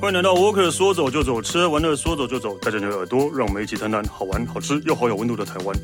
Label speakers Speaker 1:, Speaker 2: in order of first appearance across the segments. Speaker 1: 欢迎来到 Walker，说走就走，吃喝玩乐说走就走，大家留耳朵，让我们一起探探好玩、好吃又好有温度的台湾。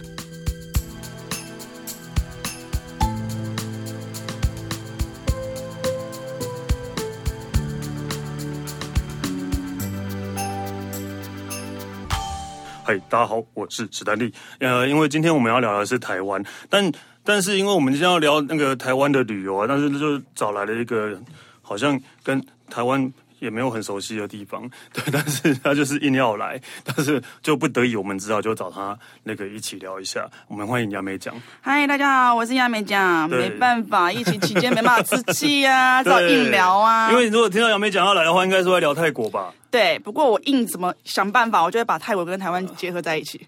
Speaker 1: 嗨，大家好，我是史丹利。呃，因为今天我们要聊的是台湾，但但是因为我们今天要聊那个台湾的旅游啊，但是就找来了一个好像跟台湾也没有很熟悉的地方， 对，但是他就是硬要来，但是就不得已，我们只好就找他那个一起聊一下。我们欢迎杨梅讲，
Speaker 2: 嗨，大家好，我是亚美酱。
Speaker 1: 对
Speaker 2: 没办法，疫情期间没办法吃 气啊，只好硬聊啊。
Speaker 1: 因为如果听到杨梅讲要来的话，应该是会聊泰国吧？
Speaker 2: 对，不过我硬怎么想办法，我就会把泰国跟台湾结合在 一起。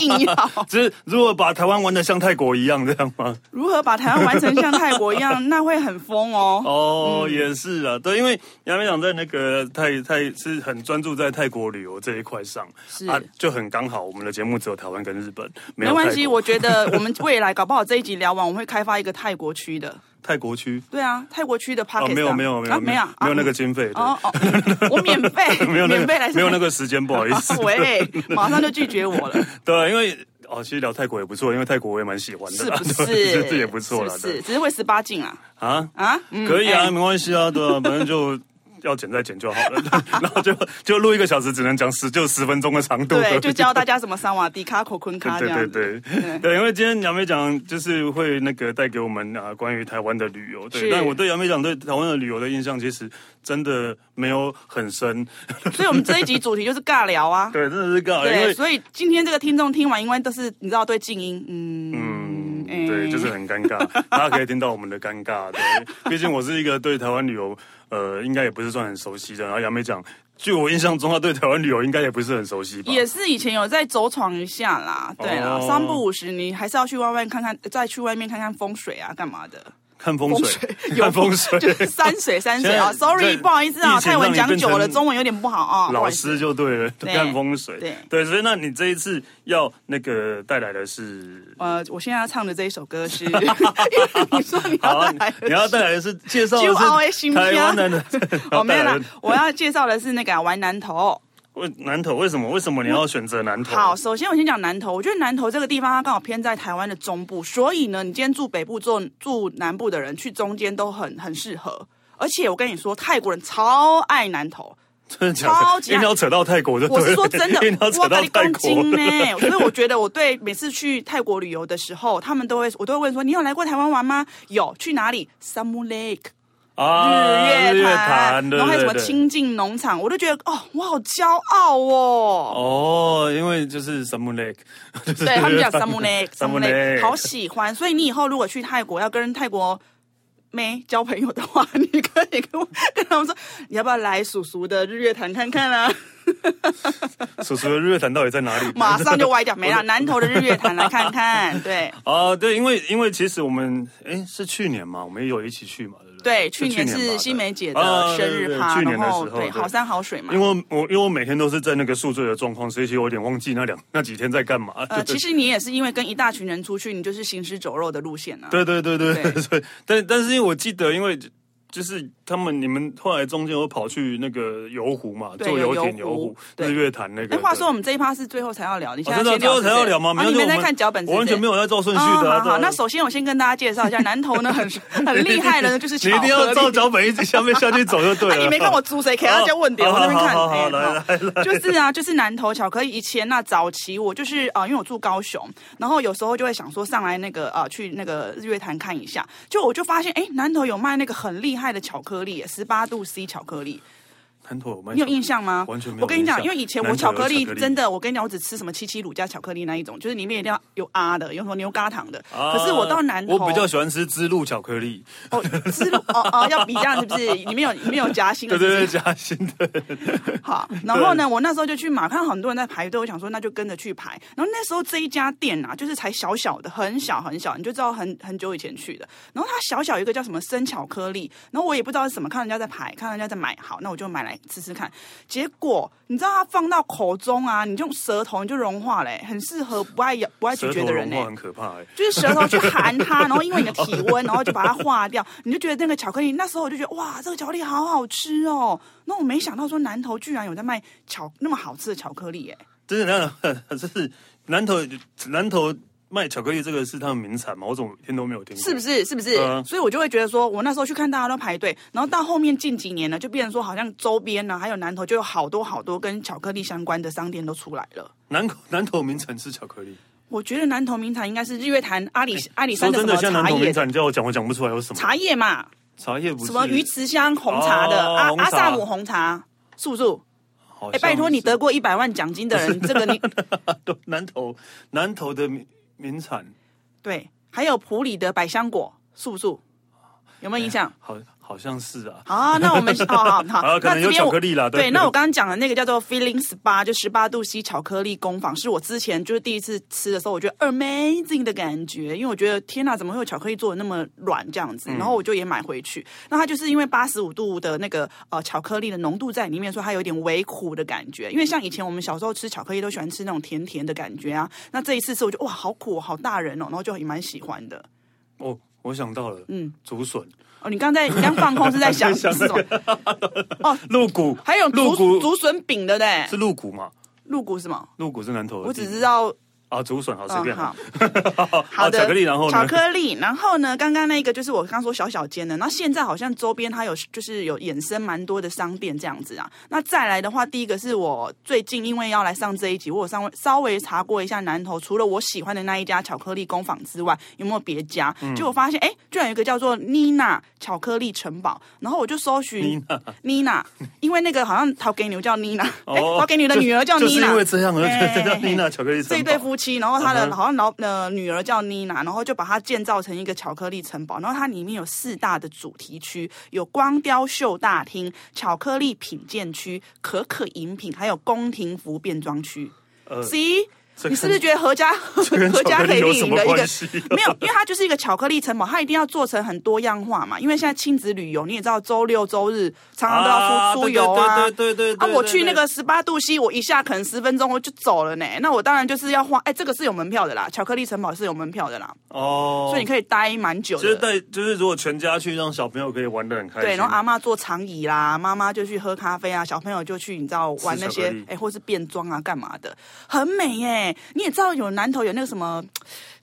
Speaker 2: 硬要
Speaker 1: 就是如果把台湾玩的像泰国一样，这样吗？
Speaker 2: 如何把台湾玩成像泰国一样，那会很疯哦。
Speaker 1: 哦，也是啊，对，因为杨美长在那个泰泰是很专注在泰国旅游这一块上，
Speaker 2: 是
Speaker 1: 啊，就很刚好，我们的节目只有台湾跟日本，没
Speaker 2: 没
Speaker 1: 有
Speaker 2: 关
Speaker 1: 泰
Speaker 2: 系，
Speaker 1: 国
Speaker 2: 我觉得我们未来搞不好这一集聊完，我们会开发一个泰国区的。
Speaker 1: 泰国区
Speaker 2: 对啊，泰国区的 p o
Speaker 1: 哦，
Speaker 2: c k e t
Speaker 1: 没有没有没有
Speaker 2: 啊没有啊
Speaker 1: 没有那个经费，对
Speaker 2: 哦哦，我免费
Speaker 1: 没有那
Speaker 2: 免费来，
Speaker 1: 个没有那个时间，不好意思
Speaker 2: 哦喂，马上就拒绝我了。
Speaker 1: 对，因为哦，其实聊泰国也不错，因为泰国我也蛮喜欢的
Speaker 2: 是
Speaker 1: 啦，
Speaker 2: 不是？
Speaker 1: 对这也不错了，
Speaker 2: 是不
Speaker 1: 对
Speaker 2: 是？只是会十八禁啊
Speaker 1: 啊，
Speaker 2: 啊！嗯
Speaker 1: 可以啊，
Speaker 2: 哎
Speaker 1: 没关系啊，对啊，反正就。要剪再剪就好了， 对然后就就录一个小时，只能讲十就十分钟的长度而已。
Speaker 2: 对，就教大家什么三瓦迪卡、口坤卡这
Speaker 1: 对
Speaker 2: 样
Speaker 1: 对
Speaker 2: 子。嗯
Speaker 1: 对对对，因为今天杨梅讲就是会那个带给我们啊关于台湾的旅游，对，
Speaker 2: 是
Speaker 1: 但我对杨梅讲对台湾的旅游的印象其实真的没有很深，
Speaker 2: 所以我们这一集主题就是尬聊啊。
Speaker 1: 对，真的是尬，因
Speaker 2: 对，
Speaker 1: 为
Speaker 2: 所以今天这个听众听完，因为都是你知道对静音，嗯哎
Speaker 1: 对，就是很尴尬，大家可以听到我们的尴尬，对，毕竟我是一个对台湾旅游呃应该也不是算很熟悉的，然后杨梅讲，据我印象中他对台湾旅游应该也不是很熟悉吧，
Speaker 2: 也是以前有在走闯一下啦，对啦，
Speaker 1: 哦
Speaker 2: 三不五时你还是要去外面看看，再去外面看看风水啊，干嘛 的？
Speaker 1: 看风水，
Speaker 2: 有
Speaker 1: 看风水，
Speaker 2: 就是山水山水啊
Speaker 1: 现在
Speaker 2: ，sorry，
Speaker 1: 在
Speaker 2: 不好意思啊，
Speaker 1: 疫情
Speaker 2: 泰文
Speaker 1: 让
Speaker 2: 讲
Speaker 1: 你
Speaker 2: 久
Speaker 1: 变
Speaker 2: 了，
Speaker 1: 成
Speaker 2: 中文有点不好啊。不
Speaker 1: 老
Speaker 2: 好意思
Speaker 1: 师就对了，
Speaker 2: 对
Speaker 1: 看风水，
Speaker 2: 对
Speaker 1: 对，所以那你这一次要那个带来的是
Speaker 2: 呃，我现在要唱的这一首歌 是，因为你说你
Speaker 1: 好
Speaker 2: 要
Speaker 1: 啊
Speaker 2: 带来的，
Speaker 1: 你要带来的是介绍
Speaker 2: 就熬
Speaker 1: 的
Speaker 2: 的
Speaker 1: 是
Speaker 2: 心
Speaker 1: 台湾的，
Speaker 2: 啊 哦，没有
Speaker 1: 带来
Speaker 2: 啦
Speaker 1: 的，
Speaker 2: 我要介绍的是那个啊玩南投。
Speaker 1: 为南哦投为什么？为什么你要选择南投？
Speaker 2: 好，首先我先讲南投，我觉得南投这个地方它刚好偏在台湾的中部，所以呢，你今天住北部、住住南部的人去中间都很很适合。而且我跟你说，泰国人超爱南投，
Speaker 1: 真的假的
Speaker 2: 超级啊
Speaker 1: 硬要扯到泰国就对
Speaker 2: 我
Speaker 1: 了，
Speaker 2: 是说真
Speaker 1: 硬要
Speaker 2: 的，
Speaker 1: 扯到
Speaker 2: 跟你
Speaker 1: 泰
Speaker 2: 公
Speaker 1: 国
Speaker 2: 斤呢， 所以我觉得我对每次去泰国旅游的时候，他们都会我都会问说，你有来过台湾玩吗？有，去哪里？Samu Lake。
Speaker 1: 啊，
Speaker 2: 日
Speaker 1: 日
Speaker 2: 月
Speaker 1: 月
Speaker 2: 潭，
Speaker 1: 潭，对
Speaker 2: 然后还有
Speaker 1: 对
Speaker 2: 什么
Speaker 1: 对。
Speaker 2: 清境农场，我都觉得哦，我好骄傲哦。
Speaker 1: 哦，因为就是 Samu Lake，就是
Speaker 2: 对他们讲
Speaker 1: 日月潭
Speaker 2: Samu Lake，Samu
Speaker 1: Samu
Speaker 2: Lake，
Speaker 1: Lake
Speaker 2: 好喜欢。所以你以后如果去泰国要跟泰国妹交朋友的话，你可以跟我跟他们说， 你要不要来叔叔的日月潭看 看啊？
Speaker 1: 叔叔的日月潭到底在哪里？
Speaker 2: 马上就歪掉，没了，南投的日月潭来看 看。对
Speaker 1: 啊，对，因为因为其实我们哎是去年嘛，我们也有一起去嘛，对不对？
Speaker 2: 对，去年
Speaker 1: 吧
Speaker 2: 是
Speaker 1: 对
Speaker 2: 新梅姐
Speaker 1: 啊
Speaker 2: 的生
Speaker 1: 对对
Speaker 2: 日
Speaker 1: 对
Speaker 2: 趴，
Speaker 1: 去年
Speaker 2: 然
Speaker 1: 的时
Speaker 2: 后
Speaker 1: 候
Speaker 2: 对好山好水嘛
Speaker 1: 因。为我因为我每天都是在那个宿醉的状况，所以其实我有点忘记那两那几天在干嘛。
Speaker 2: 呃，
Speaker 1: 对
Speaker 2: 其实你也是因为跟一大群人出去，你就是行尸走肉的路线啊。
Speaker 1: 对对对对
Speaker 2: 对
Speaker 1: 对， 所以但但是因为我记得，因为就是他们你们后来中间有跑去那个游湖嘛，
Speaker 2: 对
Speaker 1: 坐游艇
Speaker 2: 有游
Speaker 1: 游
Speaker 2: 湖
Speaker 1: 湖
Speaker 2: 对
Speaker 1: 日月潭那个。
Speaker 2: 哎，话
Speaker 1: 对
Speaker 2: 说我们这一趴是最后才要聊，你现
Speaker 1: 哦
Speaker 2: 在
Speaker 1: 真的
Speaker 2: 先
Speaker 1: 最后才要聊吗？
Speaker 2: 啊、
Speaker 1: 有
Speaker 2: 你们在看脚本是不
Speaker 1: 我
Speaker 2: 是，
Speaker 1: 完全没有在照顺序
Speaker 2: 哦
Speaker 1: 的啊。
Speaker 2: 好好，
Speaker 1: 对啊
Speaker 2: 那首先我先跟大家介绍一下，南投 呢很很厉害的呢，就是巧
Speaker 1: 你一
Speaker 2: 克
Speaker 1: 定
Speaker 2: 力。
Speaker 1: 要照脚本啊一直下面下去走就对
Speaker 2: 啊
Speaker 1: 了。哦
Speaker 2: 你没看我租谁？给大家问点，
Speaker 1: 好
Speaker 2: 我在那边看。
Speaker 1: 好好好
Speaker 2: 哎
Speaker 1: 来
Speaker 2: 好就是啊，就是南投巧克力。以前那早期我就是呃，因为我住高雄，然后有时候就会想说上来那个呃，去那个日月潭看一下。就我就发现，哎，南投有卖那个很厉害的巧克力，十八度 C 巧克力。
Speaker 1: 南投有卖
Speaker 2: 你有印象吗？
Speaker 1: 完全没有
Speaker 2: 我跟你讲，
Speaker 1: 印象
Speaker 2: 因为以前我
Speaker 1: 南投
Speaker 2: 巧
Speaker 1: 有
Speaker 2: 克力
Speaker 1: 巧克力
Speaker 2: 真的，我跟你讲，我只吃什么七七乳加巧克力那一种，就是里面一定要有啊的，有什么牛轧糖的。
Speaker 1: 啊
Speaker 2: 可是我到南投，
Speaker 1: 我比较喜欢吃芝露巧克力，
Speaker 2: 哦，吃了哦哦，要比这样是不是？里面有里面有夹心的，
Speaker 1: 对对
Speaker 2: 是不是
Speaker 1: 对，夹心 的。
Speaker 2: 好，然后呢，我那时候就去买，看到很多人在排队，我想说那就跟着去排。然后那时候这一家店啊，就是才小小的，很小很小，你就知道很很久以前去的。然后它小小一个叫什么生巧克力，然后我也不知道是什么，看人家在排，看人家在买，好，那我就买来来吃吃看。结果你知道它放到口中啊，你就用舌头你就融化嘞、很适合不爱咬不爱咀
Speaker 1: 舌
Speaker 2: 嚼
Speaker 1: 头
Speaker 2: 的人
Speaker 1: 融
Speaker 2: 欸呢、
Speaker 1: 化很可怕哎、
Speaker 2: 就是舌头去含它，然后因为你的体温，然后就把它化掉，你就觉得那个巧克力。那时候我就觉得哇，这个巧克力好好吃哦。那我没想到说南头居然有在卖巧那么好吃的巧克力耶。
Speaker 1: 真的，那这是南头南头卖巧克力这个是他们名产吗？我怎么一天都没有听过？
Speaker 2: 是不是？是不是？
Speaker 1: 嗯
Speaker 2: 所以我就会觉得说，我那时候去看大家都排队，然后到后面近几年呢，就变成说好像周边啊呢、还有南头就有好多好多跟巧克力相关的商店都出来了。
Speaker 1: 南口南头名产吃巧克力？
Speaker 2: 我觉得南头名产应该是日月潭阿里阿里
Speaker 1: 说
Speaker 2: 山的
Speaker 1: 真
Speaker 2: 什
Speaker 1: 的，
Speaker 2: 么
Speaker 1: 像南
Speaker 2: 茶
Speaker 1: 头名
Speaker 2: 叶
Speaker 1: 产，你叫我讲，我讲不出来有什么。
Speaker 2: 茶叶嘛，
Speaker 1: 茶叶不是
Speaker 2: 什么鱼池香红茶的、
Speaker 1: 哦
Speaker 2: 阿
Speaker 1: 红
Speaker 2: 阿
Speaker 1: 茶
Speaker 2: 萨姆红茶，是不是？
Speaker 1: 好
Speaker 2: 哎、
Speaker 1: 像
Speaker 2: 拜托你
Speaker 1: 是
Speaker 2: 得过一百万奖金的人，这个你
Speaker 1: 南头南头的名名产，
Speaker 2: 对，还有普里的百香果，素不素？有没有印象？
Speaker 1: 好好像是啊。
Speaker 2: 好，那我们 好好
Speaker 1: 啊，
Speaker 2: 好，
Speaker 1: 可能
Speaker 2: 那这
Speaker 1: 有
Speaker 2: 边
Speaker 1: 巧
Speaker 2: 我
Speaker 1: 克力啦。
Speaker 2: 对，那我刚刚讲的那个叫做 Feeling Spa，就十八度 C 巧克力工坊，是我之前就是第一次吃的时候，我觉得呃 amazing 的感觉，因为我觉得天哪，怎么会有巧克力做的那么软这样
Speaker 1: 嗯
Speaker 2: 子？然后我就也买回去。那它就是因为八十五度的那个呃巧克力的浓度在里面，所以它有点微苦的感觉。因为像以前我们小时候吃巧克力都喜欢吃那种甜甜的感觉啊，那这一次吃我就哇好苦好大人哦，然后就也蛮喜欢的。
Speaker 1: 哦，我想到了，嗯
Speaker 2: 嗯，
Speaker 1: 竹笋、
Speaker 2: 哦，你刚才你刚放空是 在想是什么？
Speaker 1: 鹿骨，
Speaker 2: 还有
Speaker 1: 鹿
Speaker 2: 竹
Speaker 1: 骨
Speaker 2: 竹笋饼对不对？
Speaker 1: 是鹿骨嘛？
Speaker 2: 鹿骨是什么？
Speaker 1: 鹿骨是南头的地，
Speaker 2: 我只知道
Speaker 1: 啊，竹笋好随
Speaker 2: 嗯，
Speaker 1: 便。
Speaker 2: 好，
Speaker 1: 好
Speaker 2: 好的，
Speaker 1: 巧克力，然后呢？
Speaker 2: 巧克力，然后呢？刚刚那个就是我刚说小小间的，然后现在好像周边它有就是有衍生蛮多的商店这样子啊。那再来的话，第一个是我最近因为要来上这一集，我有稍微稍微查过一下南投，除了我喜欢的那一家巧克力工坊之外，有没有别家？结果发现哎，诶居然有一个叫做妮娜巧克力城堡，然后我就搜寻妮娜，因为那个好像陶给牛叫妮娜，哎，
Speaker 1: 哦
Speaker 2: 陶给牛的女儿叫
Speaker 1: 就
Speaker 2: 妮
Speaker 1: 是因
Speaker 2: 娜
Speaker 1: 为。这样，而且叫
Speaker 2: 哎
Speaker 1: 妮娜巧克力城堡
Speaker 2: 这一对夫妻，然后他的、
Speaker 1: 嗯哼
Speaker 2: 好像老呃女儿叫妮娜，然后就把它建造成一个巧克力城堡，然后它里面有四大的主题区，有光雕秀大厅、巧克力品鉴区、可可饮品，还有宫廷服变装区。
Speaker 1: 呃
Speaker 2: C，
Speaker 1: 这
Speaker 2: 你
Speaker 1: 跟
Speaker 2: 是不是觉得合家
Speaker 1: 这跟
Speaker 2: 合
Speaker 1: 巧
Speaker 2: 家
Speaker 1: 克
Speaker 2: 可
Speaker 1: 力
Speaker 2: 以
Speaker 1: 有
Speaker 2: 领
Speaker 1: 什
Speaker 2: 营
Speaker 1: 么
Speaker 2: 的一个
Speaker 1: 关 系？
Speaker 2: 没有，因为它就是一个巧克力城堡，它一定要做成很多样化嘛。因为现在亲子旅游，你也知道，周六周日常常都要出出游啊，
Speaker 1: 对对对对
Speaker 2: 啊，
Speaker 1: 对。
Speaker 2: 我去
Speaker 1: 对
Speaker 2: 那个十八度 C，我一下可能十分钟我就走了呢。那我当然就是要花，哎，这个是有门票的啦，巧克力城堡是有门票的啦，
Speaker 1: 哦，
Speaker 2: 所以你可以待蛮久
Speaker 1: 就是
Speaker 2: 的。
Speaker 1: 带，就是如果全家去，让小朋友可以玩的很开心。
Speaker 2: 对，然后啊阿嬷坐长椅啦，妈妈就去喝咖啡啊，小朋友就去你知道玩
Speaker 1: 吃
Speaker 2: 那
Speaker 1: 巧
Speaker 2: 些
Speaker 1: 克力
Speaker 2: 哎，或是变装啊，干嘛的，很美耶。你也知道有南头有那个什么，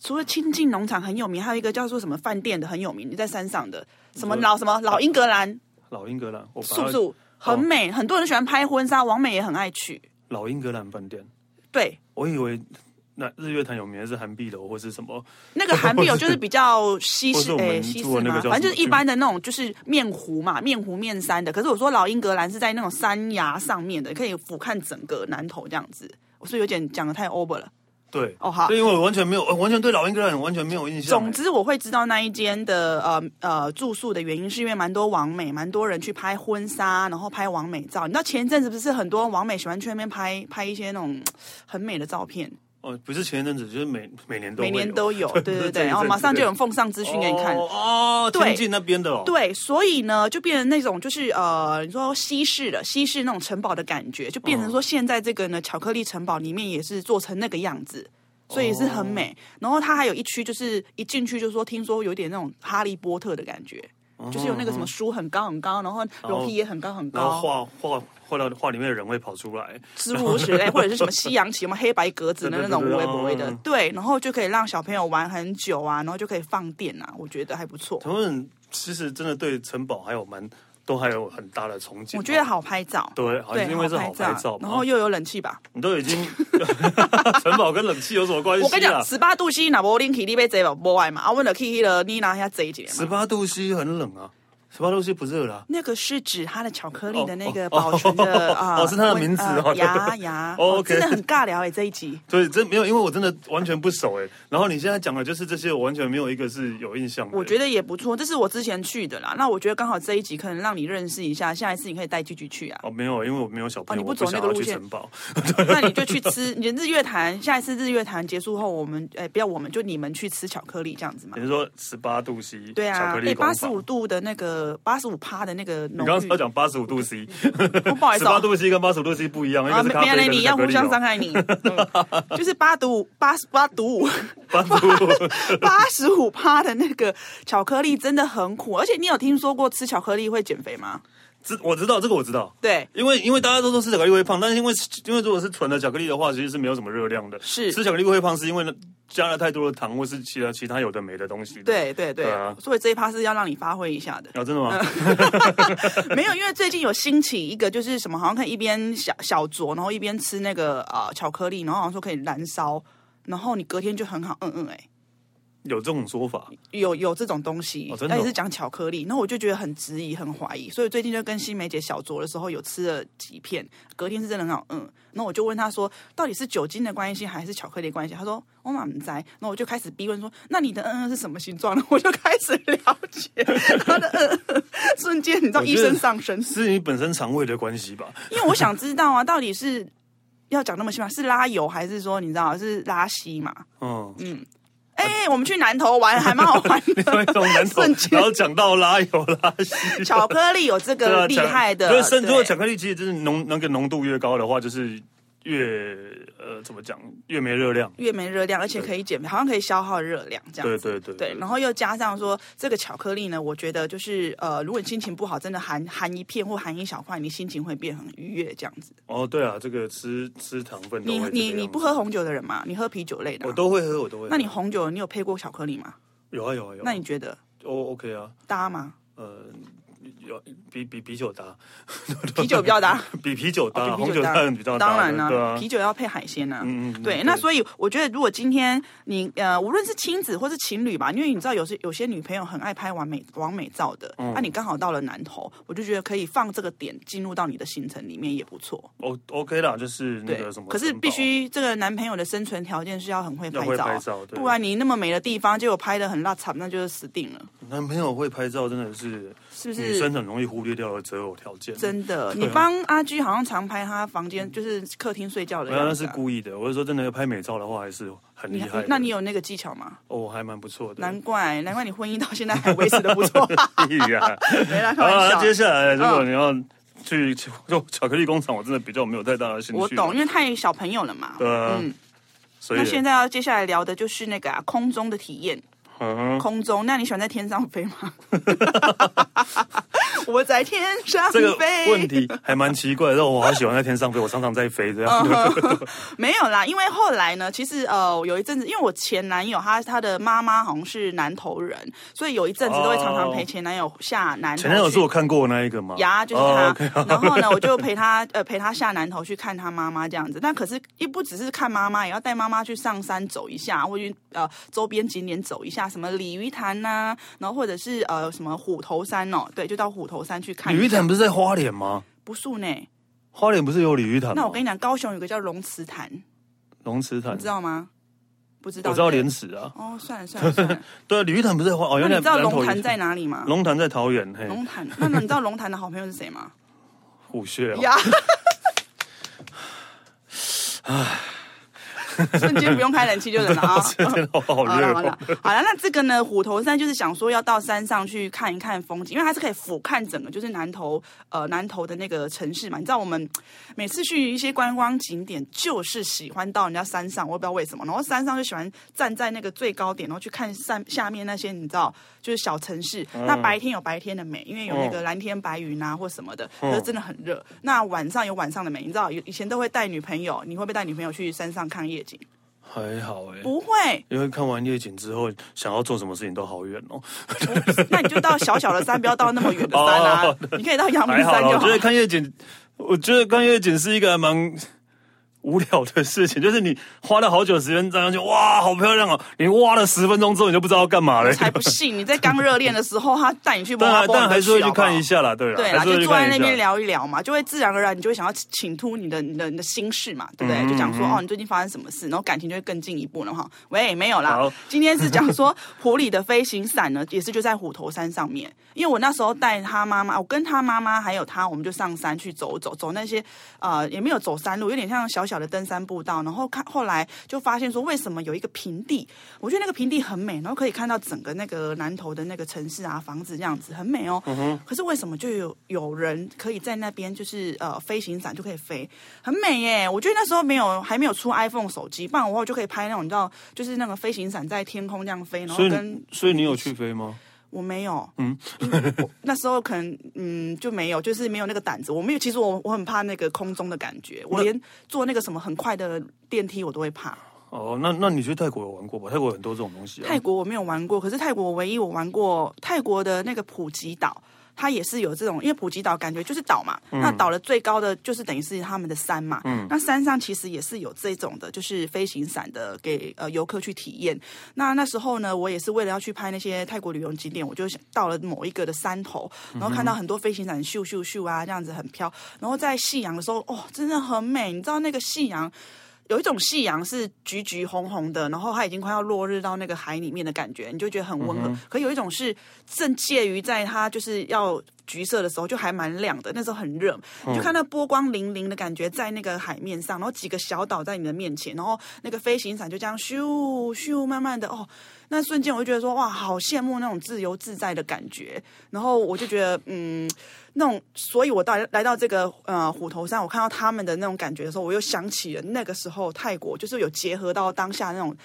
Speaker 2: 除了清境农场很有名，还有一个叫做什么饭店的很有名，你在山上的什么
Speaker 1: 你说啊哦
Speaker 2: 老什么老英格兰
Speaker 1: 老英格兰，我把它
Speaker 2: 素素很美，很多人喜欢拍婚纱，王美也很爱去。
Speaker 1: 老英格兰饭店，
Speaker 2: 对，
Speaker 1: 我以为那日月潭有名的是韩碧楼或是什么，
Speaker 2: 那个韩碧哦，就是比较西
Speaker 1: 或是
Speaker 2: 式，
Speaker 1: 我们
Speaker 2: 诶，西式
Speaker 1: 住的那个
Speaker 2: 嘛，
Speaker 1: 叫
Speaker 2: 反
Speaker 1: 什
Speaker 2: 正就
Speaker 1: 么
Speaker 2: 是
Speaker 1: 区
Speaker 2: 一般的那种，就是面湖嘛，面湖面山的。可是我说老英格兰是在那种山崖上面的，可以俯瞰整个南头这样子。我是有点讲的太 over 了。
Speaker 1: 对，
Speaker 2: 哦好
Speaker 1: 对，因为我完全没有，呃完全对老英格兰完全没有印象。
Speaker 2: 总之，我会知道那一间的呃呃住宿的原因，是因为蛮多网美，蛮多人去拍婚纱，然后拍网美照。你知道前一阵子不是很多网美喜欢去那边拍拍一些那种很美的照片，
Speaker 1: 哦，不是前一阵子，就是每每年都
Speaker 2: 每
Speaker 1: 会
Speaker 2: 年
Speaker 1: 有
Speaker 2: 都有，对
Speaker 1: 对
Speaker 2: 对
Speaker 1: 这一
Speaker 2: 对，然后
Speaker 1: 阵
Speaker 2: 马
Speaker 1: 子
Speaker 2: 上就
Speaker 1: 对
Speaker 2: 有奉上资讯给你看。
Speaker 1: 哦哦，
Speaker 2: 对
Speaker 1: 天津那边的哦，
Speaker 2: 对，所以呢，就变成那种就是呃，你说西式的西式那种城堡的感觉，就变成
Speaker 1: 嗯
Speaker 2: 说现在这个呢，巧克力城堡里面也是做成那个样子。所
Speaker 1: 哦
Speaker 2: 以是很美，然后它还有一区，就是一进去就说，听说有点那种哈利波特的感觉，就是有
Speaker 1: 哦
Speaker 2: 那个什么书很高很高，然后楼梯也很高很
Speaker 1: 嗯然后
Speaker 2: 高，
Speaker 1: 画画画到画里面的人会跑出来，
Speaker 2: 之如此哎类，或者是什么西洋棋，什么黑白格子的那种
Speaker 1: 对对对
Speaker 2: 无微
Speaker 1: 对
Speaker 2: 不微的
Speaker 1: 嗯，
Speaker 2: 对，然后就可以让小朋友玩很久啊，然后就可以放电啊，我觉得还不错。
Speaker 1: 他们其实真的对城堡还有蛮都还有很大的憧憬。哦
Speaker 2: 我觉得，好拍照，
Speaker 1: 对，好哦像因为是好拍照嘛，
Speaker 2: 然后又有冷气吧。
Speaker 1: 你都已经 城堡跟冷气有什么关系、啊？
Speaker 2: 我跟你讲，十八度 C 那无恁去你要坐无无爱嘛，啊，我就去迄个你拿遐坐一下
Speaker 1: 十
Speaker 2: 嘛。
Speaker 1: 八度 C 很冷啊，十八度 C 不热啦、
Speaker 2: 那个是指它的巧克力的那
Speaker 1: 哦
Speaker 2: 个
Speaker 1: 哦
Speaker 2: 保存的
Speaker 1: 哦
Speaker 2: 啊，
Speaker 1: 哦是它的 名字哦
Speaker 2: 温呃牙牙，
Speaker 1: 哦
Speaker 2: 哦，
Speaker 1: ，OK
Speaker 2: 真的很尬聊哎，这一集。
Speaker 1: 所以真没有，因为我真的完全不熟哎、然后你现在讲的就是这些，我完全没有一个是有印象的。
Speaker 2: 我觉得也不错，这是我之前去的啦。那我觉得刚好这一集可能让你认识一下，下一次你可以带句句 去啊。
Speaker 1: 哦，没有，因为我没有小朋友，
Speaker 2: 哦你
Speaker 1: 我
Speaker 2: 不走
Speaker 1: 想
Speaker 2: 那个
Speaker 1: 要
Speaker 2: 路
Speaker 1: 去
Speaker 2: 线
Speaker 1: 城堡。
Speaker 2: 那你就去吃，你的日月潭，下一次日月潭结束后，我们哎不要我们就你们去吃巧克力这样子嘛
Speaker 1: 你。是说十八度 C
Speaker 2: 对
Speaker 1: 巧
Speaker 2: 啊
Speaker 1: 克，力
Speaker 2: 哎
Speaker 1: 工坊
Speaker 2: 八十五度的那个个八十五趴的那个
Speaker 1: 你
Speaker 2: 浓
Speaker 1: 刚刚
Speaker 2: 郁
Speaker 1: 要。讲八十五度 C，
Speaker 2: 我不好 意
Speaker 1: 十
Speaker 2: 思、哦
Speaker 1: 八，度 C 跟八十五度 C 不一样，一
Speaker 2: 啊，
Speaker 1: 个是
Speaker 2: 没
Speaker 1: 咖
Speaker 2: 没
Speaker 1: 啡，
Speaker 2: 有
Speaker 1: 一个
Speaker 2: 你
Speaker 1: 是
Speaker 2: 要
Speaker 1: 巧克
Speaker 2: 互
Speaker 1: 力
Speaker 2: 相伤
Speaker 1: 哦。
Speaker 2: 害 你，嗯就是八度五八八度五
Speaker 1: 八十五，
Speaker 2: 八十五趴的那个巧克力真的很苦，而且你有听说过吃巧克力会减肥吗？
Speaker 1: 这 我知道，这个我知道。
Speaker 2: 对，
Speaker 1: 因为因为大家都说吃巧克力会胖，但是因为因为如果是纯的巧克力的话，其实是没有什么热量的。
Speaker 2: 是
Speaker 1: 吃巧克力会胖，是因为加了太多的糖或是其他其他有的没的东西。，
Speaker 2: 对对对，
Speaker 1: 对啊
Speaker 2: 所以这一趴是要让你发挥一 下的。
Speaker 1: 啊，真的吗？
Speaker 2: 嗯没有，因为最近有兴起一个，就是什么，好像可以一边小小酌，然后一边吃那个呃巧克力，然后好像说可以燃烧，然后你隔天就很好，嗯嗯、欸，哎，
Speaker 1: 有这种说法，
Speaker 2: 有有这种东西
Speaker 1: 哦，真的
Speaker 2: 但
Speaker 1: 哦
Speaker 2: 也是讲巧克力，然后我就觉得很质疑，很怀疑，所以最近就跟新梅姐小酌的时候有吃了几片，隔天是真的很好，嗯，然后我就问她说，到底是酒精的关系还是巧克力的关系？她说我满栽，然后我就开始逼问说，那你的嗯嗯是什么形状呢？ 我就开始了解她的嗯嗯，瞬间你知道
Speaker 1: 我
Speaker 2: 医
Speaker 1: 觉得
Speaker 2: 生上身。
Speaker 1: 是你本身肠胃的关系吧？
Speaker 2: 因为我想知道啊，到底是要讲那么细吗？是拉油还是说你知道是拉稀嘛？
Speaker 1: 嗯，
Speaker 2: 哎、我们去南头玩还蛮好玩 的，
Speaker 1: 因为从南头
Speaker 2: 瞬间，
Speaker 1: 然后讲到拉油拉稀。
Speaker 2: 巧克力有这
Speaker 1: 对啊
Speaker 2: 个厉害的，
Speaker 1: 巧如果深
Speaker 2: 对
Speaker 1: 如果巧克力其实就是浓那个浓度越高的话，就是越呃怎么讲越没热量。
Speaker 2: 越没热量，而且可以减肥，好像可以消耗热量这样
Speaker 1: 对
Speaker 2: 子。
Speaker 1: 对对
Speaker 2: 对，然后又加上说这个巧克力呢，我觉得就是呃，如果你心情不好，真的含含一片或含一小块，你心情会变很愉悦这样子。
Speaker 1: 哦对啊，这个吃吃糖分都
Speaker 2: 你
Speaker 1: 会这个
Speaker 2: 你
Speaker 1: 样
Speaker 2: 你
Speaker 1: 子
Speaker 2: 不喝红酒的人吗？你喝啤酒类的啊、
Speaker 1: 我都会喝，我都会喝。
Speaker 2: 那你红酒你有配过巧克力吗？
Speaker 1: 有啊有啊有啊，
Speaker 2: 那你觉得
Speaker 1: 哦 OK 啊，
Speaker 2: 搭吗？
Speaker 1: 呃，有比比啤酒搭，
Speaker 2: 啤酒比较搭。
Speaker 1: 比啤酒搭，
Speaker 2: 哦比
Speaker 1: 红
Speaker 2: 啤
Speaker 1: 酒
Speaker 2: 酒搭
Speaker 1: 当然比较搭，
Speaker 2: 当然啦、
Speaker 1: 对啊，
Speaker 2: 啤酒要配海鲜呐、
Speaker 1: 嗯嗯
Speaker 2: 对，那所以我觉得，如果今天你呃，无论是亲子或是情侣吧，因为你知道有些有些女朋友很爱拍完美完美照的，
Speaker 1: 嗯
Speaker 2: 那、你刚好到了南头，我就觉得可以放这个点进入到你的行程里面也不错。
Speaker 1: O OK 啦，就是那
Speaker 2: 对
Speaker 1: 个什，么
Speaker 2: 可
Speaker 1: 城堡，
Speaker 2: 是必须这个男朋友的生存条件是要很会
Speaker 1: 要
Speaker 2: 拍
Speaker 1: 会
Speaker 2: 照啊、
Speaker 1: 拍照，对
Speaker 2: 不然你那么美的地方，结果拍的很邋遢，那就是死定了，
Speaker 1: 男朋友会拍照真的是
Speaker 2: 是不
Speaker 1: 女
Speaker 2: 是？
Speaker 1: 生很容易忽略掉的择偶条件，
Speaker 2: 真的，
Speaker 1: 对啊
Speaker 2: 你帮阿居好像常拍他房间，就是客厅睡觉
Speaker 1: 没
Speaker 2: 的
Speaker 1: 有
Speaker 2: 样
Speaker 1: 那
Speaker 2: 子
Speaker 1: 是
Speaker 2: 啊、
Speaker 1: 故意的，我是说真的拍美照的话还是很厉
Speaker 2: 你
Speaker 1: 害的，
Speaker 2: 那你有那个技巧吗？
Speaker 1: 哦还蛮不错的，
Speaker 2: 难怪，难怪你婚姻到现在还维持的不错。
Speaker 1: 屁呀，
Speaker 2: 没 啦，
Speaker 1: 好
Speaker 2: 开
Speaker 1: 啦，
Speaker 2: 玩笑
Speaker 1: 嗯啊
Speaker 2: 嗯
Speaker 1: 接。下来如果你要去 去巧克力工厂，我真的比较没有太大的兴趣，
Speaker 2: 我懂，，因为太小朋友了嘛。
Speaker 1: 对啊，所以
Speaker 2: 嗯那现在要接下来聊的就是那个、啊、空中的体验。
Speaker 1: 嗯哼
Speaker 2: 空中，那你喜欢在天上飞 吗？ 我在天上
Speaker 1: 这
Speaker 2: 飞。
Speaker 1: 个问题还蛮奇怪的，但我好喜欢在天上飞，我常常在飞这样。
Speaker 2: 嗯没有啦，因为后来呢，其实呃，有一阵子，因为我前男友他他的妈妈好像是南投人，所以有一阵子都会常常陪前男友下南投去。
Speaker 1: 哦前男友是我看过的那一个吗？
Speaker 2: 呀，就是
Speaker 1: 哦
Speaker 2: 他。
Speaker 1: ，OK，
Speaker 2: 然后呢，我就陪他呃陪他下南头去看他妈妈这样子。但可是也不只是看妈妈，也要带妈妈去上山走一下，或去呃周边景点走一下，什么鲤鱼潭呐、然后或者是呃什么虎头山哦，对，就到虎头山去看
Speaker 1: 鲤
Speaker 2: 一下。
Speaker 1: 鱼潭不是在花莲吗？
Speaker 2: 不素呢？
Speaker 1: 花莲不是有鲤鱼潭吗？
Speaker 2: 那我跟你讲，高雄有个叫龙池潭，你
Speaker 1: 龙池潭，
Speaker 2: 知道吗？不知
Speaker 1: 嗯
Speaker 2: 道，
Speaker 1: 我知道
Speaker 2: 对不
Speaker 1: 莲
Speaker 2: 对
Speaker 1: 池啊。
Speaker 2: 哦，算了算 了算了。
Speaker 1: 对啊，鲤鱼潭不是在花哦，
Speaker 2: 那
Speaker 1: 原
Speaker 2: 你
Speaker 1: 来
Speaker 2: 知道
Speaker 1: 南投
Speaker 2: 龙
Speaker 1: 也
Speaker 2: 潭
Speaker 1: 是
Speaker 2: 在哪里吗？
Speaker 1: 龙潭在桃园，嘿，
Speaker 2: 龙潭，那你知道龙潭的好朋友是谁吗？
Speaker 1: 虎穴哦。
Speaker 2: 呀， 瞬间不用开冷气就冷了啊！
Speaker 1: 真的好
Speaker 2: 好了
Speaker 1: 热
Speaker 2: 好
Speaker 1: 哦
Speaker 2: 了，好了，那这个呢，虎头山就是想说要到山上去看一看风景，因为它是可以俯瞰整个就是南投呃南投的那个城市嘛。你知道我们每次去一些观光景点，就是喜欢到人家山上，我也不知道为什么。然后山上就喜欢站在那个最高点，然后去看山下面那些你知道就是小城市。
Speaker 1: 嗯
Speaker 2: 那白天有白天的美，因为有那个蓝天白云啊或什么的，
Speaker 1: 嗯
Speaker 2: 可是真的很热。那晚上有晚上的美，你知道以以前都会带女朋友，你会不会带女朋友去山上看夜
Speaker 1: 嗯
Speaker 2: 景？
Speaker 1: 还好哎，
Speaker 2: 不会。
Speaker 1: 因为看完夜景之后，想要做什么事情都好远哦。
Speaker 2: 那你就到小小的山，不要到那么远的山啊
Speaker 1: 哦！
Speaker 2: 你可以到阳明
Speaker 1: 还好
Speaker 2: 山
Speaker 1: 啦，
Speaker 2: 就
Speaker 1: 我
Speaker 2: 好
Speaker 1: 觉。得看夜景，我觉得看夜景是一个还蛮无聊的事情，就是你花了好久时间站上去，哇，好漂亮哦！你挖了十分钟之后，你就不知道要干嘛了。
Speaker 2: 才不信！你在刚热恋的时候，他带 你去摸
Speaker 1: 但
Speaker 2: 摸，
Speaker 1: 还但还是会去看一
Speaker 2: 下。
Speaker 1: 下啦，对啦，
Speaker 2: 对
Speaker 1: 还
Speaker 2: 啦，
Speaker 1: 是
Speaker 2: 就
Speaker 1: 会去
Speaker 2: 坐在
Speaker 1: 看
Speaker 2: 那
Speaker 1: 一下
Speaker 2: 边。聊一聊嘛，就会自然而然，你就会想要倾吐你的、你的、你的心事嘛，对不对？就讲
Speaker 1: 嗯
Speaker 2: 说哦，你最近发生什么事，然后感情就会更进一步了哈。喂，没有啦
Speaker 1: 好，
Speaker 2: 今天是讲说普里的飞行伞呢，也是就在虎头山上面，因为我那时候带他妈妈，我跟他妈妈还有他，我们就上山去走走，走那些呃也没有走山路，有点像小小小的登山步道，然后看后来就发现说，为什么有一个平地？我觉得那个平地很美，然后可以看到整个那个南投的那个城市啊，房子这样子很美哦。
Speaker 1: 嗯
Speaker 2: 可是为什么就有有人可以在那边就是呃飞行伞就可以飞，很美耶？我觉得那时候没有还没有出 iPhone 手机，不然我就可以拍那种你知道，就是那个飞行伞在天空这样飞，然
Speaker 1: 所
Speaker 2: 后跟
Speaker 1: 以所以你有去飞吗？
Speaker 2: 我没有，嗯，我 那时候可能嗯就没有，就是没有那个胆子。我没有，其实我我很怕那个空中的感觉，我连坐那个什么很快的电梯我都会怕。
Speaker 1: 哦，那那你去泰国有玩过吧？泰国有很多这种东西啊
Speaker 2: 泰。国我没有玩过，可是泰国唯一我玩过泰国的那个普吉岛。它也是有这种，因为普吉岛感觉就是岛嘛，那岛的最高的就是等于是他们的山嘛，那山上其实也是有这种的，就是飞行伞的给呃游客去体验。那那时候呢，我也是为了要去拍那些泰国旅游景点，我就想到了某一个的山头，然后看到很多飞行伞咻咻咻啊这样子很飘，然后在夕阳的时候，哦，真的很美，你知道那个夕阳。有一种夕阳是橘橘红红的，然后它已经快要落日到那个海里面的感觉，你就觉得很温和。可有一种是正介于在它就是要橘色的时候，就还蛮亮的，那时候很热，你就看到波光粼粼的感觉在那个海面上，然后几个小岛在你的面前，然后那个飞行伞就这样咻咻慢慢的哦，那瞬间我就觉得说哇，好羡慕那种自由自在的感觉。然后我就觉得嗯，那种，所以我到来到这个呃虎头山，我看到他们的那种感觉的时候，我又想起了那个时候泰国，就是有结合到当下那种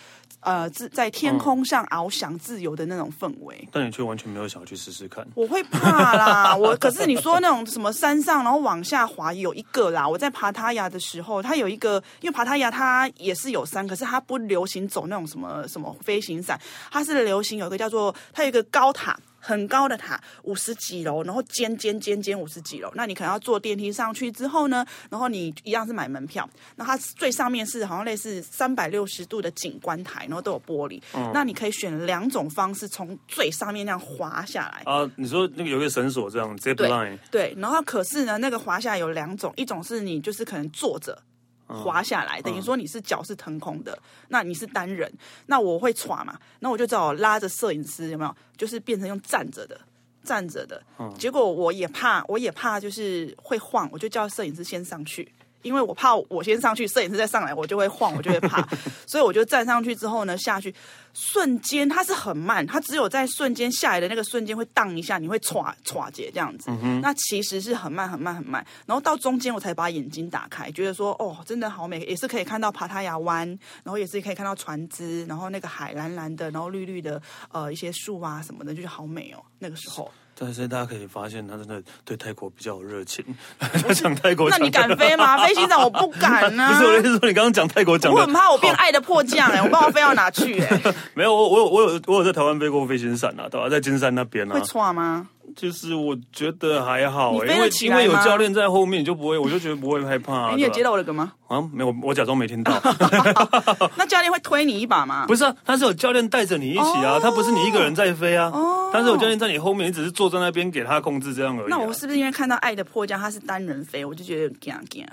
Speaker 2: 呃自在天空上翱翔自由的那种氛围。
Speaker 1: 但你却完全没有想要去试试看。
Speaker 2: 我会怕啦，我可是你说那种什么山上然后往下滑有一个啦，我在爬塔亚的时候，它有一个，因为爬塔亚它也是有山，可是它不流行走那种什么什么飞行伞，它是流行有一个叫做它有一个高塔。很高的塔，五十几楼，然后尖尖尖尖五十几楼。那你可能要坐电梯上去之后呢，然后你一样是买门票。那它最上面是好像类似三百六十度的景观台，然后都有玻璃。那你可以选两种方式从最上面那样滑下来。
Speaker 1: 啊，你说那个有一个绳索这样 zip
Speaker 2: 对
Speaker 1: line，
Speaker 2: 对，然后可是呢，那个滑下来有两种，一种是你就是可能坐着。滑下来，等于说你是脚是腾空的，那你是单人，那我会喘嘛，那我就只好拉着摄影师，有没有？就是变成用站着的，站着的。结果我也怕，我也怕就是会晃，我就叫摄影师先上去，因为我怕我先上去，摄影师再上来，我就会晃，我就会怕，所以我就站上去之后呢，下去瞬间它是很慢，它只有在瞬间下来的那个瞬间会荡一下，你会歘歘姐这样子。
Speaker 1: 嗯
Speaker 2: 那其实是很慢很慢很慢，然后到中间我才把眼睛打开，觉得说哦，真的好美，也是可以看到帕塔亚湾，然后也是可以看到船只，然后那个海蓝蓝的，然后绿绿的，呃，一些树啊什么的，就是好美哦。那个 时候，
Speaker 1: 但是大家可以发现他真的对泰国比较有热情。 他讲泰国
Speaker 2: 那
Speaker 1: 讲得，
Speaker 2: 你敢飞 吗？飞行长我不敢啊，
Speaker 1: 不是我的意思是说，你刚刚讲泰国讲
Speaker 2: 我
Speaker 1: 的
Speaker 2: 很怕我变爱的 迫降哎、我不知道飞到哪去哎、
Speaker 1: 没有，我我有我有我有在台湾飞过飞行伞啊，对吧、在金山那边啊
Speaker 2: 会，错吗？
Speaker 1: 就是我觉得还好、
Speaker 2: 你
Speaker 1: 欸
Speaker 2: 飞
Speaker 1: 因
Speaker 2: 得
Speaker 1: 为
Speaker 2: 起
Speaker 1: 因
Speaker 2: 来吗
Speaker 1: 为有教练在后面，你就不会， 我就觉得不会害怕、啊。
Speaker 2: 哎你有
Speaker 1: 对吧
Speaker 2: 接到我的梗吗？
Speaker 1: 啊？没有，我假装没听到。 哦
Speaker 2: 那教练会推你一把吗？
Speaker 1: 不是啊，他是有教练带着你一起
Speaker 2: 哦
Speaker 1: 啊，他不是你一个人在飞啊，但是有教练在你后面，你只是坐在那边给他控制这样而已、啊。
Speaker 2: 那我是不是因为看到《爱的迫降》它是单人飞，我就觉得有点怕怕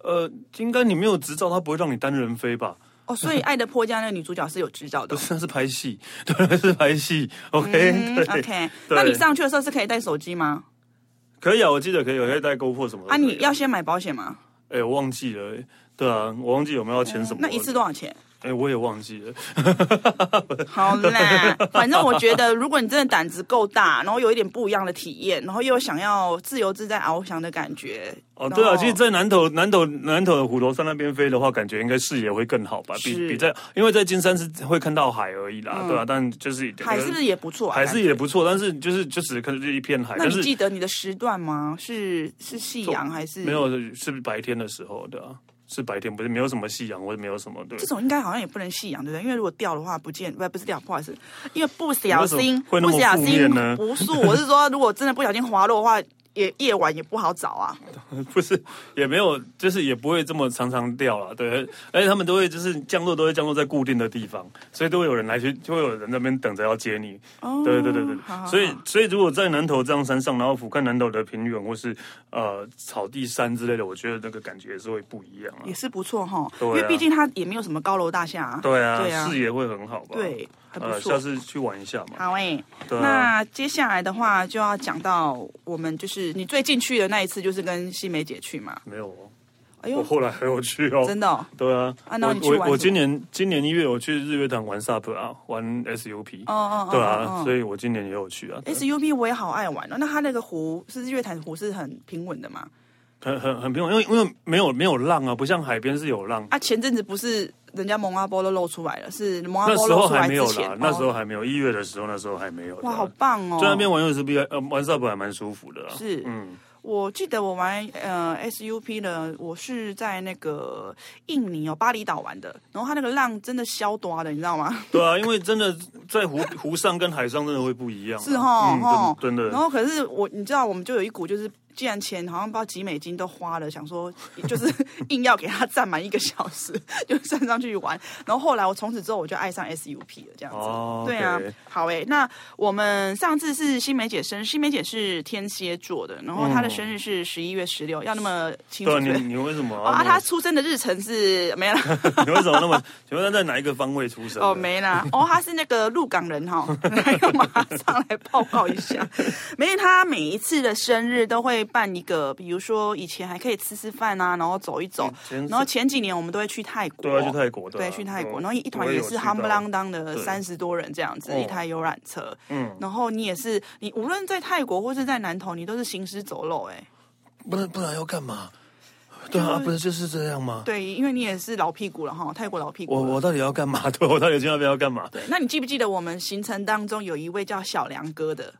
Speaker 1: 呃，应该你没有执照，他不会让你单人飞吧？
Speaker 2: 哦，所以《爱的迫降》那个女主角是有执照
Speaker 1: 不
Speaker 2: 的哦。
Speaker 1: 是，那是拍戏，对，是拍戏。OK，、对
Speaker 2: 嗯 OK，
Speaker 1: 对
Speaker 2: 那你上去的时候是可以带手机吗？
Speaker 1: 可以啊，我记得可以，我可以带 GoPro 什么的。
Speaker 2: 啊，你要先买保险吗？
Speaker 1: 哎、我忘记了、对啊，我忘记有没有要签什么、
Speaker 2: 嗯那一次多少钱？
Speaker 1: 哎、我也忘记了。
Speaker 2: 好啦，反正我觉得，如果你真的胆子够大，然后有一点不一样的体验，然后又想要自由自在翱翔的感觉，
Speaker 1: 哦，
Speaker 2: 然后
Speaker 1: 对啊，其实，在南头、南头、南头的虎头山那边飞的话，感觉应该视野会更好吧？比
Speaker 2: 是嗯
Speaker 1: 比在，因为在金山是会看到海而已啦，对啊，但就是
Speaker 2: 海是不是也不错啊？
Speaker 1: 海是
Speaker 2: 感觉
Speaker 1: 也不错，但是就是就只看这一片海，
Speaker 2: 那
Speaker 1: 但
Speaker 2: 你
Speaker 1: 是
Speaker 2: 记得你的时段吗？是是夕阳还是
Speaker 1: 没？有是白天的时候对啊，是白天，不是没有什么夕阳或者没有什么对
Speaker 2: 这。种应该好像也不能细养，对不对？因为如果掉的话，不见不不是掉，不好意思，因为不小
Speaker 1: 你为什
Speaker 2: 心
Speaker 1: 么会那
Speaker 2: 不
Speaker 1: 么
Speaker 2: 小
Speaker 1: 负
Speaker 2: 心
Speaker 1: 面呢
Speaker 2: 不是，我是说，如果真的不小心滑落的话，也夜晚也不好找啊。
Speaker 1: 不是，也没有，就是也不会这么常常掉了，对。而且他们都会就是降落，都会降落在固定的地方，所以都会有人来去，就会有人在那边等着要接你。
Speaker 2: 哦
Speaker 1: 对对对对
Speaker 2: 好
Speaker 1: 对。
Speaker 2: 好好
Speaker 1: 所以所以如果在南头这样山上，然后俯瞰南头的平原或是呃草地山之类的，我觉得那个感觉也是会不一样啊
Speaker 2: 也。是不错哈，
Speaker 1: 对
Speaker 2: 因
Speaker 1: 啊
Speaker 2: 为毕竟它也没有什么高楼大厦啊。
Speaker 1: 对啊，
Speaker 2: 对啊
Speaker 1: 视野会很好吧？
Speaker 2: 对，还不
Speaker 1: 呃，
Speaker 2: 错
Speaker 1: 下。次去玩一下嘛。
Speaker 2: 好诶、
Speaker 1: 对啊
Speaker 2: 那接下来的话就要讲到我们就是你最近去的那一次，就是跟西梅姐去嘛。
Speaker 1: 没有哦，
Speaker 2: 哎、哎呦
Speaker 1: 我后来还有去哦，
Speaker 2: 真的哦
Speaker 1: 对啊，
Speaker 2: 啊那
Speaker 1: 我
Speaker 2: 你去玩什
Speaker 1: 我
Speaker 2: 么
Speaker 1: 我今年今年一月我去日月潭玩 SUP 啊，玩 SUP，
Speaker 2: 哦哦哦
Speaker 1: 对啊，
Speaker 2: 哦哦
Speaker 1: 所以我今年也有去啊，
Speaker 2: SUP 我也好爱玩哦。那它那个湖是日月潭湖是很平稳的嘛？
Speaker 1: 很很很平稳，因为因为没有没有浪啊，不像海边是有浪。
Speaker 2: 啊，前阵子不是人家蒙阿波都露出来了，是蒙阿
Speaker 1: 那
Speaker 2: 波
Speaker 1: 时候
Speaker 2: 露出
Speaker 1: 还
Speaker 2: 来
Speaker 1: 没
Speaker 2: 之
Speaker 1: 有
Speaker 2: 前
Speaker 1: 啦，，那时候
Speaker 2: 哦
Speaker 1: 还没有一月的时候，那时候还没有。
Speaker 2: 哇，好
Speaker 1: 对啊
Speaker 2: 棒哦！
Speaker 1: 在那边玩 SUP，呃，玩 SUP 还蛮舒服的啦。
Speaker 2: 是
Speaker 1: 嗯，
Speaker 2: 我记得我玩呃 SUP 呢，我是在那个印尼哦巴厘岛玩的，然后它那个浪真的消多的，你知道吗？
Speaker 1: 对啊，因为真的在湖湖上跟海上真的会不一样啊。
Speaker 2: 是哈
Speaker 1: 嗯
Speaker 2: 哈
Speaker 1: 真真
Speaker 2: 然
Speaker 1: 的。
Speaker 2: 后可是我，你知道，我们就有一股就是，既然钱好像不知道几美金都花了，想说就是 硬要给它占满一个小时，就站上去玩。然后后来我从此之后我就爱上 SUP 了，这样子。
Speaker 1: 哦
Speaker 2: 对啊
Speaker 1: OK，
Speaker 2: 好诶、那我们上次是新梅姐生日，新梅姐是天蝎座的，然后她的生日是十一月十六、要那么清楚
Speaker 1: 嗯对啊，
Speaker 2: 对不
Speaker 1: 你你
Speaker 2: 对？
Speaker 1: 为什么
Speaker 2: 哦啊，她
Speaker 1: 啊？
Speaker 2: 出生的日程是没了。
Speaker 1: 你为什么那么？请问他在哪一个方位出生的？
Speaker 2: 哦，没啦，哦，他是那个鹿港人 哈、哦，要马上来报告一下。没有，他每一次的生日都会办一个，比如说以前还可以吃吃饭啊，然后走一走，
Speaker 1: 前次
Speaker 2: 然后前几年我们都会去泰国，
Speaker 1: 对啊，去泰国的啊。
Speaker 2: 对，去泰国，
Speaker 1: 嗯
Speaker 2: 然后一团
Speaker 1: 我
Speaker 2: 也
Speaker 1: 有
Speaker 2: 是
Speaker 1: 去到
Speaker 2: 夯不啷当的
Speaker 1: 对
Speaker 2: 三十多人这样子，
Speaker 1: 哦
Speaker 2: 一台游览车，嗯，然后你也是，你无论在泰国或是在南投，你都是行尸走肉、哎，
Speaker 1: 不然不然要干嘛？对啊，不是就是这样吗？
Speaker 2: 对，因为你也是老屁股了哈，泰国老屁股
Speaker 1: 我
Speaker 2: 了。
Speaker 1: 我到底要干嘛？ 对，我到底去那边要干嘛？
Speaker 2: 对，那你记不记得我们行程当中有一位叫小梁哥的？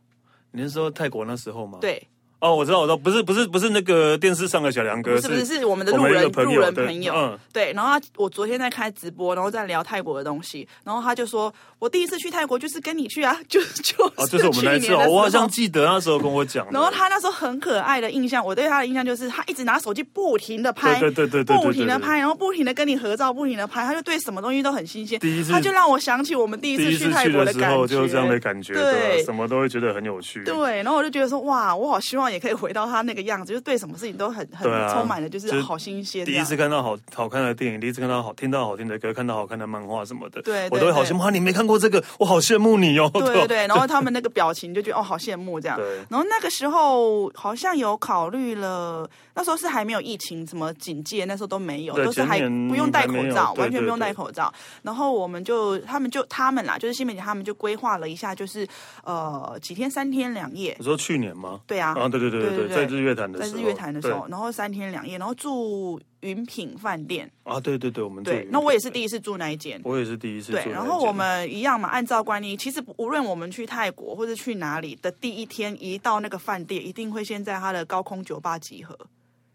Speaker 1: 你是说泰国那时候吗？。
Speaker 2: 对，
Speaker 1: 哦，我知道，我知道，不是不是不是那个电视上的小梁哥，
Speaker 2: 不是不是是我们的
Speaker 1: 我
Speaker 2: 路
Speaker 1: 们一
Speaker 2: 人
Speaker 1: 个朋友
Speaker 2: 路人
Speaker 1: 对
Speaker 2: 朋友，
Speaker 1: 嗯
Speaker 2: 对。然后他我昨天在开直播，然后在聊泰国的东西，然后他就说，我第一次去泰国就是跟你去啊， 就就
Speaker 1: 哦，就
Speaker 2: 就
Speaker 1: 是我们那一次哦，我好像记得那时候跟我讲的。
Speaker 2: 然后他那时候很可爱的印象，我对他的印象就是他一直拿手机不停的拍，
Speaker 1: 对对对对对对
Speaker 2: 不停的
Speaker 1: 对
Speaker 2: 拍，然后不停的跟你合照，不停的拍，他就对什么东西都很新鲜。
Speaker 1: 第一次
Speaker 2: 他就让我想起我们第一
Speaker 1: 第
Speaker 2: 次
Speaker 1: 一次
Speaker 2: 泰
Speaker 1: 去
Speaker 2: 国
Speaker 1: 的时
Speaker 2: 感觉，
Speaker 1: 候就是这样的感觉，对啊，
Speaker 2: 对
Speaker 1: 什么都会觉得很有趣。
Speaker 2: 对，然后我就觉得说，哇，我好希望也可以回到他那个样子，就对什么事情都很很
Speaker 1: 对啊
Speaker 2: 充满了，就
Speaker 1: 就是是
Speaker 2: 好新鲜这
Speaker 1: 第
Speaker 2: 样。
Speaker 1: 一次看到好好看的电影，第一次看到好听到好听的歌，看到好看的漫画什么的，
Speaker 2: 对对
Speaker 1: 我都会好
Speaker 2: 对
Speaker 1: 羡慕啊！你没看过这个，我好羡慕你哦。
Speaker 2: 对
Speaker 1: 对
Speaker 2: 对对，然后他们那个表情就觉得哦，好羡慕这样
Speaker 1: 对。
Speaker 2: 然后那个时候好像有考虑了，那时候是还没有疫情，什么警戒那时候都没有，
Speaker 1: 对
Speaker 2: 都是还
Speaker 1: 前年
Speaker 2: 不用戴口
Speaker 1: 还没有
Speaker 2: 罩，
Speaker 1: 对
Speaker 2: 完全不用
Speaker 1: 对
Speaker 2: 戴口罩。然后我们就他们就他们啦，就是新媒体他们就规划了一下，就是呃几天三天两夜
Speaker 1: 你，说去年吗？
Speaker 2: 对啊，
Speaker 1: 啊，对对对对
Speaker 2: 对对
Speaker 1: 对，
Speaker 2: 对
Speaker 1: 在日月潭的
Speaker 2: 在
Speaker 1: 时候，
Speaker 2: 日月潭的时候
Speaker 1: 对，
Speaker 2: 然后三天两夜，然后住云品饭店，
Speaker 1: 啊，对对对，我们住
Speaker 2: 对
Speaker 1: 云，
Speaker 2: 那我
Speaker 1: 顶
Speaker 2: 也是第一次住那一间，
Speaker 1: 我也是第一次住那一
Speaker 2: 对，
Speaker 1: 间。
Speaker 2: 然后我们一样嘛，按照惯例，其实不无论我们去泰国或者去哪里的第一天，一到那个饭店，一定会先在他的高空酒吧集合。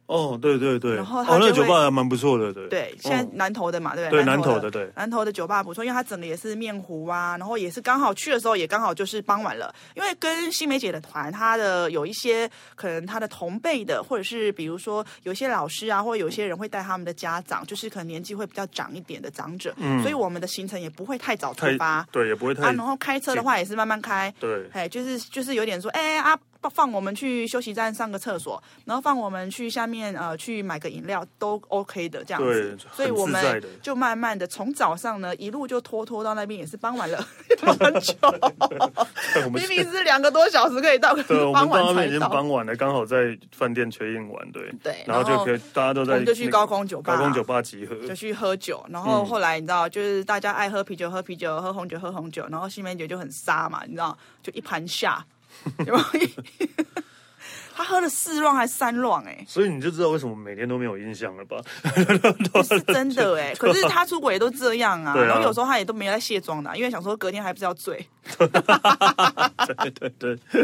Speaker 1: 哦，对对对，
Speaker 2: 然后
Speaker 1: 哦
Speaker 2: 他，
Speaker 1: 那
Speaker 2: 就
Speaker 1: 个酒
Speaker 2: 会
Speaker 1: 吧还蛮不错的，对
Speaker 2: 对，现在
Speaker 1: 嗯
Speaker 2: 南投的嘛，对不
Speaker 1: 对
Speaker 2: 南投
Speaker 1: 南投的对
Speaker 2: 南投的酒吧不错，因为它整个也是面糊啊，然后也是刚好去的时候也刚好就是傍晚了，因为跟新梅姐的团，她的有一些可能她的同辈的，或者是比如说有些老师啊，或者有些人会带他们的家长，就是可能年纪会比较长一点的长者，所以我们的行程也不会嗯太早出
Speaker 1: 太
Speaker 2: 发。
Speaker 1: 对也不会
Speaker 2: 啊，
Speaker 1: 太
Speaker 2: 然后开车的话也是慢慢开，
Speaker 1: 对
Speaker 2: 哎，就是就是有点说，哎啊，放我们去休息站上个厕所，然后放我们去下面呃去买个饮料都 OK 的这样子
Speaker 1: 对，
Speaker 2: 所以我
Speaker 1: 很自在
Speaker 2: 们
Speaker 1: 的
Speaker 2: 就慢慢的从早上呢一路就拖拖到那边也是傍 晚了，很久，
Speaker 1: 对，我们
Speaker 2: 明明是两个多小时可以到，可
Speaker 1: 对，
Speaker 2: 是
Speaker 1: 我们
Speaker 2: 傍
Speaker 1: 到那
Speaker 2: 晚
Speaker 1: 边已
Speaker 2: 才
Speaker 1: 经
Speaker 2: 到。
Speaker 1: 傍晚了，刚好在饭店缺印完，对
Speaker 2: 对
Speaker 1: 然后
Speaker 2: 然
Speaker 1: 就
Speaker 2: 后
Speaker 1: 可以大家都在
Speaker 2: 我们就去
Speaker 1: 那个
Speaker 2: 高空酒吧
Speaker 1: 高空酒吧集合，
Speaker 2: 就去喝酒，然
Speaker 1: 嗯
Speaker 2: 后后来你知道，就是大家爱喝啤酒，喝啤酒，喝红酒，喝红酒，然后西门姐就很杀嘛，你知道，就一盘下， 有没有？ 他喝了四乱还是三乱 哎、
Speaker 1: 所以你就知道为什么每天都没有印象了 吧？
Speaker 2: 是真的哎、可是他出轨都这样啊，
Speaker 1: 对啊
Speaker 2: 然后有时候他也都没有在卸妆的啊、因为想说隔天还不是要醉。
Speaker 1: 对对 对，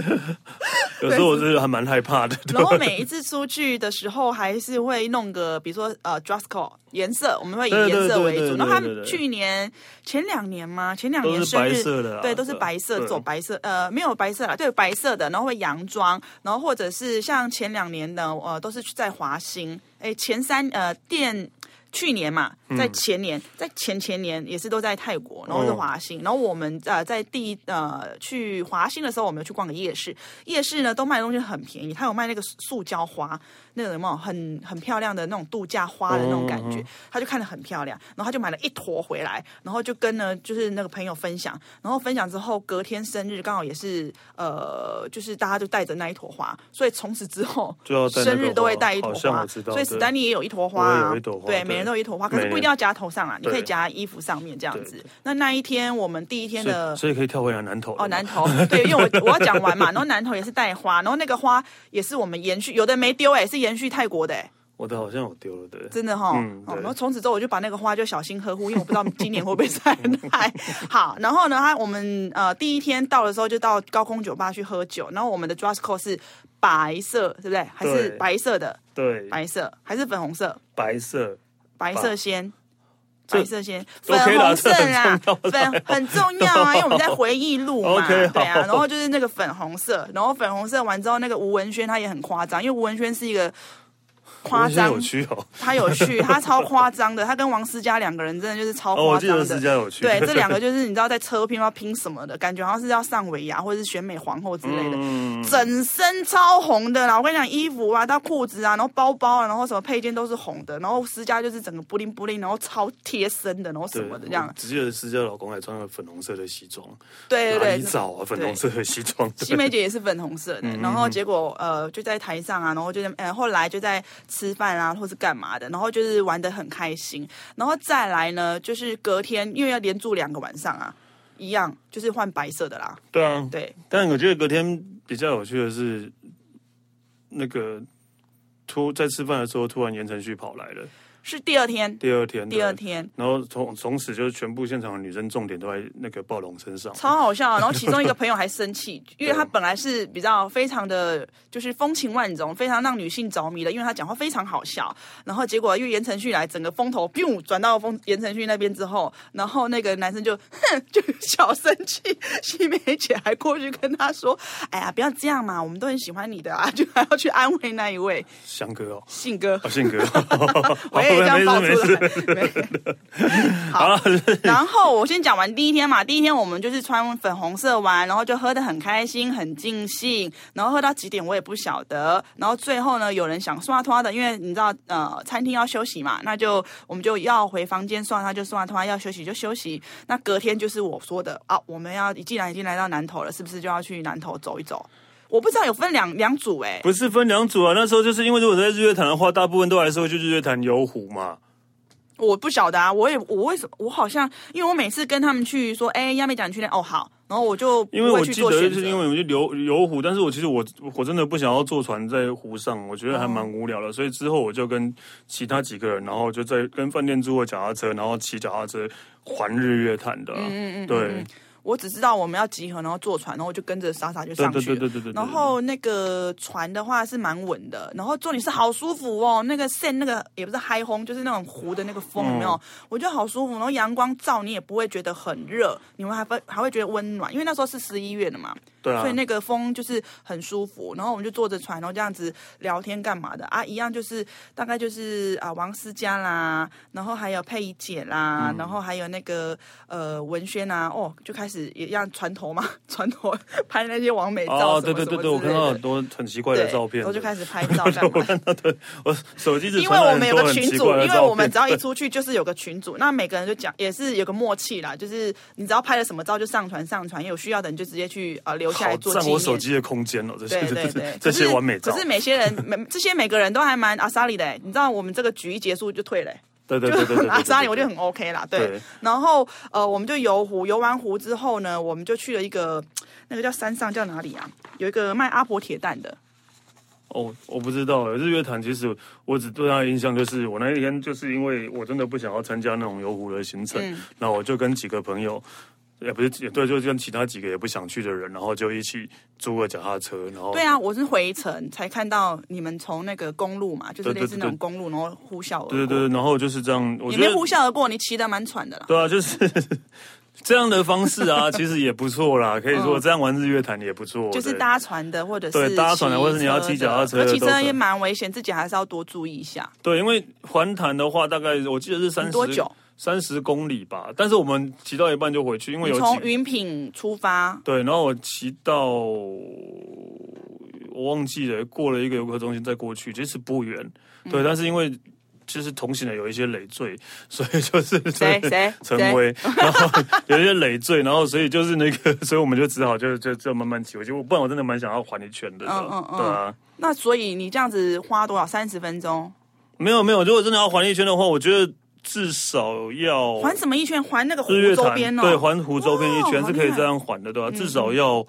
Speaker 1: 有时候我真的还蛮害怕的。对
Speaker 2: 然后每一次出去的时候，还是会弄个，比如说呃，dress code 颜色，我们会以
Speaker 1: 对
Speaker 2: 颜
Speaker 1: 对
Speaker 2: 色
Speaker 1: 对
Speaker 2: 为
Speaker 1: 对
Speaker 2: 主。
Speaker 1: 对
Speaker 2: 然后他
Speaker 1: 对对对
Speaker 2: 去年前两年嘛，前两年
Speaker 1: 都是
Speaker 2: 生日
Speaker 1: 白色的啦
Speaker 2: 对，都是
Speaker 1: 对
Speaker 2: 白色，
Speaker 1: 对
Speaker 2: 走白色，呃，没有白色啦，对，白色的，然后会洋装，然后或者是像前两年的，呃，都是去在华兴，哎，前三呃店。去年嘛，
Speaker 1: 嗯
Speaker 2: 在前年，在前前年也是都在泰国，
Speaker 1: 哦
Speaker 2: 然后是华兴，然后我们呃在第一呃去华兴的时候，我们有去逛个夜市，夜市呢都卖的东西很便宜，它有卖那个塑胶花，那个什么很很漂亮的那种度假花的那
Speaker 1: 哦
Speaker 2: 种感觉，他就看得很漂亮，然后他就买了一坨回来，然后就跟呢就是那个朋友分享，然后分享之后隔天生日刚好也是呃就是大家就带着那一坨花，所以从此之后
Speaker 1: 就要带那个
Speaker 2: 生日都会带一
Speaker 1: 花
Speaker 2: 坨
Speaker 1: 好像
Speaker 2: 花，
Speaker 1: 我知道
Speaker 2: 所以
Speaker 1: 对
Speaker 2: 史丹利也有一坨花、
Speaker 1: 我也
Speaker 2: 啊，
Speaker 1: 有一朵花
Speaker 2: 对，
Speaker 1: 对
Speaker 2: 每人都有一朵花，可
Speaker 1: 每
Speaker 2: 是
Speaker 1: 人
Speaker 2: 不一定要夹头上啊啦，你
Speaker 1: 对
Speaker 2: 可以夹衣服上面这样
Speaker 1: 对
Speaker 2: 子。那那一天我们第一天
Speaker 1: 所
Speaker 2: 的
Speaker 1: 以所以可以跳回来南投了
Speaker 2: 哦，
Speaker 1: 吗
Speaker 2: 南投对，因为我我要讲完嘛，然后南投也是带花，然后那个花也是我们延续，有的没丢哎、是延续泰国的哎、
Speaker 1: 我的好像我丢了，对，
Speaker 2: 真的哈、
Speaker 1: 嗯
Speaker 2: 哦
Speaker 1: 对
Speaker 2: 然后从此之后我就把那个花就小心呵护，因为我不知道今年会不会再 来。好，然后呢，他我们呃第一天到的时候就到高空酒吧去喝酒，然后我们的 dress code 是白色，对不对？还
Speaker 1: 对
Speaker 2: 是白色的，
Speaker 1: 对，
Speaker 2: 白色还是粉红色？
Speaker 1: 白色，
Speaker 2: 白色先。
Speaker 1: 这
Speaker 2: 白色先，
Speaker 1: 都
Speaker 2: 粉
Speaker 1: OK 啦
Speaker 2: 红色啦，
Speaker 1: 这很重要
Speaker 2: 粉很重 要啊，因为我们在回忆录嘛，
Speaker 1: OK，
Speaker 2: 对啊，
Speaker 1: 好
Speaker 2: 然后就是那个粉红色，然后粉红色完之后，那个吴文轩他也很夸张，因为吴文轩是一个夸
Speaker 1: 我觉得
Speaker 2: 张
Speaker 1: 有，趣 哦。
Speaker 2: 他有趣，他超夸张的，他跟王思佳两个人真的就是超
Speaker 1: 哦，我
Speaker 2: 夸
Speaker 1: 记
Speaker 2: 张
Speaker 1: 得
Speaker 2: 的，
Speaker 1: 思佳有趣，
Speaker 2: 对，这 两个就是你知道在车拼要拼什么的感觉，好像是要上尾牙或者是选美皇后之类 的。
Speaker 1: 嗯，
Speaker 2: 整身超红的啦！我跟你讲，衣服啊，到裤子啊，然后包包啊，然后什么配件都是红的，然后私家就是整个布灵布灵，然后超贴身的，然后什么的这样
Speaker 1: 我。只记得思佳老公还穿了粉红色的西装，
Speaker 2: 对
Speaker 1: 哪嗯
Speaker 2: 对
Speaker 1: 里
Speaker 2: 对，
Speaker 1: 找啊？粉红色的西装，对
Speaker 2: 西梅姐也是粉红色的，然后结果呃就在台上啊，然后就在呃后来就在吃饭啊，或是干嘛的，然后就是玩的很开心，然后再来呢，就是隔天因为要连住两个晚上啊，一样就是换白色的啦，
Speaker 1: 对啊。
Speaker 2: 对，
Speaker 1: 但我觉得隔天比较有趣的是，那个突在吃饭的时候，突然言承旭跑来了，
Speaker 2: 是第二天，
Speaker 1: 第二天，
Speaker 2: 第二。天。
Speaker 1: 然后从从此就是全部现场的女生重点都在那个暴龙身上，
Speaker 2: 超好笑啊。然后其中一个朋友还生气，因为他本来是比较非常的，就是风情万种，非常让女性着迷的，因为他讲话非常好笑。然后结果因为言承旭来，整个风头 biu 转到风言承旭那边之后，然后那个男生就 哼就小生气，西梅姐还过去跟他说：“哎呀，不要这样嘛，我们都很喜欢你的啊，就还要去安慰那一位
Speaker 1: 翔哥哦，
Speaker 2: 信哥。”
Speaker 1: 好性格，
Speaker 2: 我也这样
Speaker 1: 哦
Speaker 2: 爆
Speaker 1: 好
Speaker 2: 出
Speaker 1: 没事没事，
Speaker 2: 来。 没 好， 然后我先讲完第一天嘛，第一天我们就是穿粉红色玩，然后就喝得很开心，很尽兴，然后喝到几点我也不晓得。然后最后呢，有人想刷拖的，因为你知道呃餐厅要休息嘛，那就我们就要回房间刷，他就刷拖，要休息就休息。那隔天就是我说的啊，我们要一既然已经来到南投了，是不是就要去南投走一走？我不知道有分两两组哎、
Speaker 1: 不是分两组啊。那时候就是因为如果在日月潭的话，大部分都还是会去日月潭游湖嘛。
Speaker 2: 我不晓得啊，我也我为什么我好像，因为我每次跟他们去说，哎、亚美奖去那哦好，然后我就不
Speaker 1: 因为
Speaker 2: 会
Speaker 1: 我
Speaker 2: 去
Speaker 1: 记
Speaker 2: 做
Speaker 1: 得
Speaker 2: 选
Speaker 1: 就
Speaker 2: 择，
Speaker 1: 是因为我去游游湖，但是我其实我我真的不想要坐船在湖上，我觉
Speaker 2: 哦
Speaker 1: 得还蛮无聊的，所以之后我就跟其他几个人，然后就在跟饭店租了脚踏车，然后骑脚踏车环日月潭的、嗯嗯嗯，对
Speaker 2: 我只知道我们要集合，然后坐船，然后我就跟着莎莎就
Speaker 1: 对
Speaker 2: 上
Speaker 1: 对
Speaker 2: 去
Speaker 1: 对
Speaker 2: 了。
Speaker 1: 对对对。
Speaker 2: 然后那个船的话是蛮稳的，然后重点是好舒服哦，那个线那个也不是嗨轰，就是那种湖的那个风，有没有？
Speaker 1: 嗯
Speaker 2: 我觉得好舒服，然后阳光照你也不会觉得很热，你会还会还会觉得温暖，因为那时候是十一月的嘛，
Speaker 1: 对啊
Speaker 2: 所以，那个风就是很舒服。然后我们就坐着船，然后这样子聊天干嘛的啊？一样就是大概就是啊、王思佳啦，然后还有佩仪姐啦，
Speaker 1: 嗯
Speaker 2: 然后还有那个呃文轩啊，哦，就开始也一样船头嘛， 船头拍那些完美照
Speaker 1: 哦，
Speaker 2: 什么
Speaker 1: 对
Speaker 2: 什
Speaker 1: 对对
Speaker 2: 么之类的、
Speaker 1: 对，我看到很多很奇怪
Speaker 2: 对
Speaker 1: 的照片，
Speaker 2: 然后就
Speaker 1: 对
Speaker 2: 开始拍照干嘛
Speaker 1: 我看到对，我手机只
Speaker 2: 因为
Speaker 1: 传了
Speaker 2: 我
Speaker 1: 很
Speaker 2: 们有
Speaker 1: 多
Speaker 2: 个
Speaker 1: 很
Speaker 2: 群
Speaker 1: 奇
Speaker 2: 组，
Speaker 1: 怪的
Speaker 2: 因为
Speaker 1: 照
Speaker 2: 我们
Speaker 1: 片
Speaker 2: 只要一出去就是有个群组，那每个人就讲也是有个默契啦，就是你只要拍了什么照就上传上传，有需要的你就直接去呃留下来
Speaker 1: 好
Speaker 2: 做
Speaker 1: 占
Speaker 2: 纪
Speaker 1: 我
Speaker 2: 念。
Speaker 1: 手机的空间哦，这些
Speaker 2: 对对
Speaker 1: 这
Speaker 2: 对
Speaker 1: 些，这些
Speaker 2: 可是
Speaker 1: 完美照
Speaker 2: 可，是每些人每 这些每个人都还蛮阿莎里的、欸，你知道我们这个局一结束就退了、欸。
Speaker 1: 对对
Speaker 2: 就
Speaker 1: 对对 对，
Speaker 2: 很阿莎里，
Speaker 1: 对
Speaker 2: 我
Speaker 1: 对
Speaker 2: 就很 OK 啦，对。
Speaker 1: 对
Speaker 2: 然后呃，我们就游湖，游完湖之后呢，我们就去了一个那个叫山上叫哪里啊？有一个卖阿婆铁蛋的，
Speaker 1: 哦，我不知道日月潭。其实我只对他的印象就是，我那一天就是因为我真的不想要参加那种游湖的行程，
Speaker 2: 嗯
Speaker 1: 那、我就跟几个朋友，也不是也对，就跟其他几个也不想去的人，然后就一起租了脚踏车，然后
Speaker 2: 对啊，我是回程才看到你们从那个公路嘛，就是
Speaker 1: 对对
Speaker 2: 类似那种
Speaker 1: 对
Speaker 2: 公路，然后呼啸而过，
Speaker 1: 对对对，然后就是这样，我
Speaker 2: 也
Speaker 1: 觉
Speaker 2: 没
Speaker 1: 得
Speaker 2: 呼啸而过，你骑的蛮喘的啦。
Speaker 1: 对啊，就是 这样的方式啊，其实也不错啦。可以说这样玩日月潭也不错，
Speaker 2: 嗯就是
Speaker 1: 对
Speaker 2: 搭船的，或者是
Speaker 1: 对搭船的
Speaker 2: 的，
Speaker 1: 或者你要骑脚踏车的
Speaker 2: 可骑
Speaker 1: 都
Speaker 2: 车
Speaker 1: 可以
Speaker 2: 也蛮危险，自己还是要多注意一下。
Speaker 1: 对，因为环潭的话，大概我记得是三
Speaker 2: 你
Speaker 1: 十
Speaker 2: 多久？
Speaker 1: 三十公里吧，但是我们骑到一半就回去，因为
Speaker 2: 你
Speaker 1: 有
Speaker 2: 从
Speaker 1: 几
Speaker 2: 云品出 发，
Speaker 1: 对，然后我骑到我忘记了，过了一个游客中心再过去，其实不远，
Speaker 2: 嗯
Speaker 1: 对，但是因为就是同行的有一些累赘，所以就是
Speaker 2: 谁谁
Speaker 1: 陈
Speaker 2: 谁
Speaker 1: 威， 然后有一些累赘，然后所以就是那个，所以我们就只好就就就慢慢骑回去，不然我真的蛮想要环一圈的，
Speaker 2: 嗯嗯嗯
Speaker 1: 对啊。
Speaker 2: 那所以你这样子花多少？三十分钟，
Speaker 1: 没有没有，如果真的要环一圈的话，我觉得至少要
Speaker 2: 环什么一圈？环那个湖
Speaker 1: 哦日月
Speaker 2: 周
Speaker 1: 潭
Speaker 2: 边哦。
Speaker 1: 对，环湖周边一圈
Speaker 2: 哇
Speaker 1: 是可以这样环的，对
Speaker 2: 嗯
Speaker 1: 吧、至少要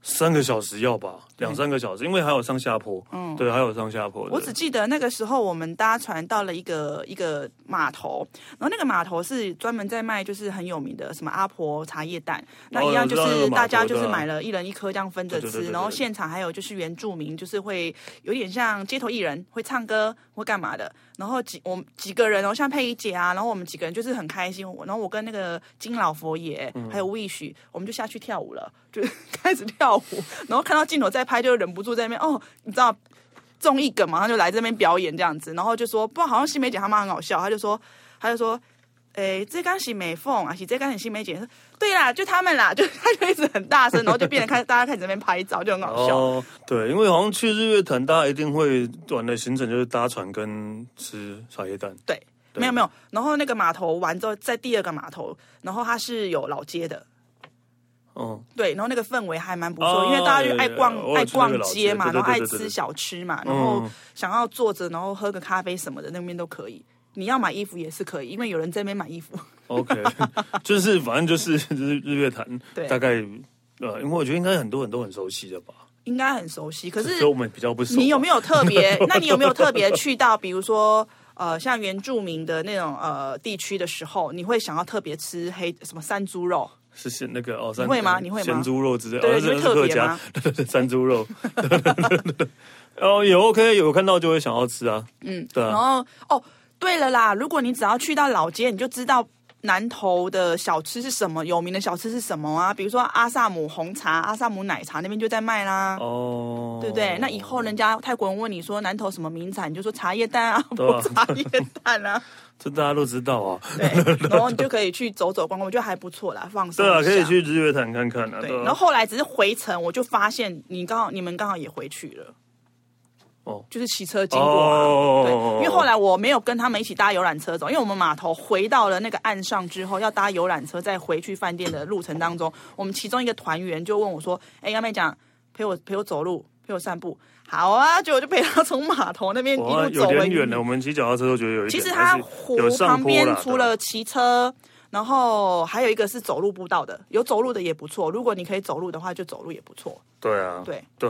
Speaker 1: 三个小时要吧，两三个小时，因为还有上下坡，
Speaker 2: 嗯
Speaker 1: 对，还有上下坡的。
Speaker 2: 我只记得那个时候我们搭船到了一个一个码头，然后那个码头是专门在卖就是很有名的什么阿婆茶叶蛋，那一样
Speaker 1: 哦我知
Speaker 2: 就
Speaker 1: 道那
Speaker 2: 是
Speaker 1: 个码头
Speaker 2: 大家就是
Speaker 1: 对啊
Speaker 2: 买了一人一颗这样分着
Speaker 1: 对对对
Speaker 2: 吃，
Speaker 1: 对
Speaker 2: 然后
Speaker 1: 对
Speaker 2: 现场还有就是原住民就是会有点像街头艺人会唱歌会干嘛的，然后几我们几个人哦，像佩仪姐啊，然后我们几个人就是很开心，我然后我跟那个金老佛爷
Speaker 1: 嗯
Speaker 2: 还有 Wish，我们就下去跳舞了，就 开始跳舞，然后看到镜头在拍，就忍不住在那边哦，你知道综艺梗嘛，他就来这边表演这样子，然后就说，不，好像新梅姐他妈很好笑，他就说，他就说，诶，这刚是美凤啊，是这刚是新梅姐，对啦，就他们啦，就 他就一直很大声，然后就变得开，大家开始这边拍照，就很好笑。
Speaker 1: 哦，对，因为好像去日月潭，大家一定会玩的行程就是搭船跟吃茶叶蛋。
Speaker 2: 对，
Speaker 1: 对
Speaker 2: 没有没有，然后那个码头完之后，在第二个码头，然后它是有老街的。
Speaker 1: 嗯，
Speaker 2: 对，然后那个氛围还蛮不
Speaker 1: 哦
Speaker 2: 错，因为大家就爱逛
Speaker 1: 有有有我
Speaker 2: 爱
Speaker 1: 有去那个
Speaker 2: 逛
Speaker 1: 老
Speaker 2: 街
Speaker 1: 街
Speaker 2: 嘛，
Speaker 1: 对对
Speaker 2: 然后爱
Speaker 1: 对对对
Speaker 2: 吃
Speaker 1: 对
Speaker 2: 小吃嘛，然后
Speaker 1: 嗯
Speaker 2: 想要坐着，然后喝个咖啡什么的，那边都可以。你要买衣服也是可以，因为有人在那边买衣服。
Speaker 1: OK，就是反正就是 日日月潭
Speaker 2: 对，
Speaker 1: 大概呃，因为我觉得应该很多人都很熟悉的吧，
Speaker 2: 应该很熟悉。可
Speaker 1: 所
Speaker 2: 是
Speaker 1: 以我们比较不熟啊吧。
Speaker 2: 你有没有特别？ 那你有没有特别去到，比如说呃，像原住民的那种呃地区的时候，你会想要特别吃黑什么山猪肉？
Speaker 1: 是咸那个哦，山
Speaker 2: 你会吗你会吗
Speaker 1: 咸猪肉之类，
Speaker 2: 对
Speaker 1: 哦
Speaker 2: 你会
Speaker 1: 那是
Speaker 2: 特别
Speaker 1: 客家
Speaker 2: 吗，
Speaker 1: 对对 对，山猪肉。哦，也 OK，有看到就会想要吃啊。嗯，对
Speaker 2: 然
Speaker 1: 啊，
Speaker 2: 后哦，对了啦，如果你只要去到老街，你就知道。南投的小吃是什么？有名的小吃是什么啊？比如说阿萨姆红茶、阿萨姆奶茶那边就在卖啦，
Speaker 1: 哦，
Speaker 2: 对不对？那以后人家泰国人问你说南投什么名产，你就说茶叶蛋啊，
Speaker 1: 对啊
Speaker 2: 不茶叶蛋啊。
Speaker 1: 这大家都知道啊。
Speaker 2: 对，然后你就可以去走走逛逛，我觉得还不错啦，放松。
Speaker 1: 对啊，可以。去日月潭看看啊。
Speaker 2: 对
Speaker 1: 对，啊，
Speaker 2: 然后后来只是回程，我就发现你刚好你们刚好也回去了。
Speaker 1: 哦，
Speaker 2: 就是骑车经过啊，
Speaker 1: 哦
Speaker 2: 对，因为后来我没有跟他们一起搭游览车走，因为我们码头回到了那个岸上之后，要搭游览车再回去饭店的路程当中，我们其中一个团员就问我说：“哎，杨妹讲，陪我陪我走路，陪我散步。”好啊，结果我就陪他从码头那边一
Speaker 1: 哇，
Speaker 2: 路
Speaker 1: 有
Speaker 2: 走回
Speaker 1: 点远啊了，我们骑脚踏车都觉得有一
Speaker 2: 其
Speaker 1: 点。
Speaker 2: 实
Speaker 1: 还
Speaker 2: 它
Speaker 1: 是
Speaker 2: 湖
Speaker 1: 有上
Speaker 2: 旁
Speaker 1: 坡啦
Speaker 2: 边
Speaker 1: 对啊
Speaker 2: 除了骑车，然后还有一个是走路步道的，有走路的也不错。如果你可以走路的话，就走路也不错。
Speaker 1: 对啊，
Speaker 2: 对
Speaker 1: 对，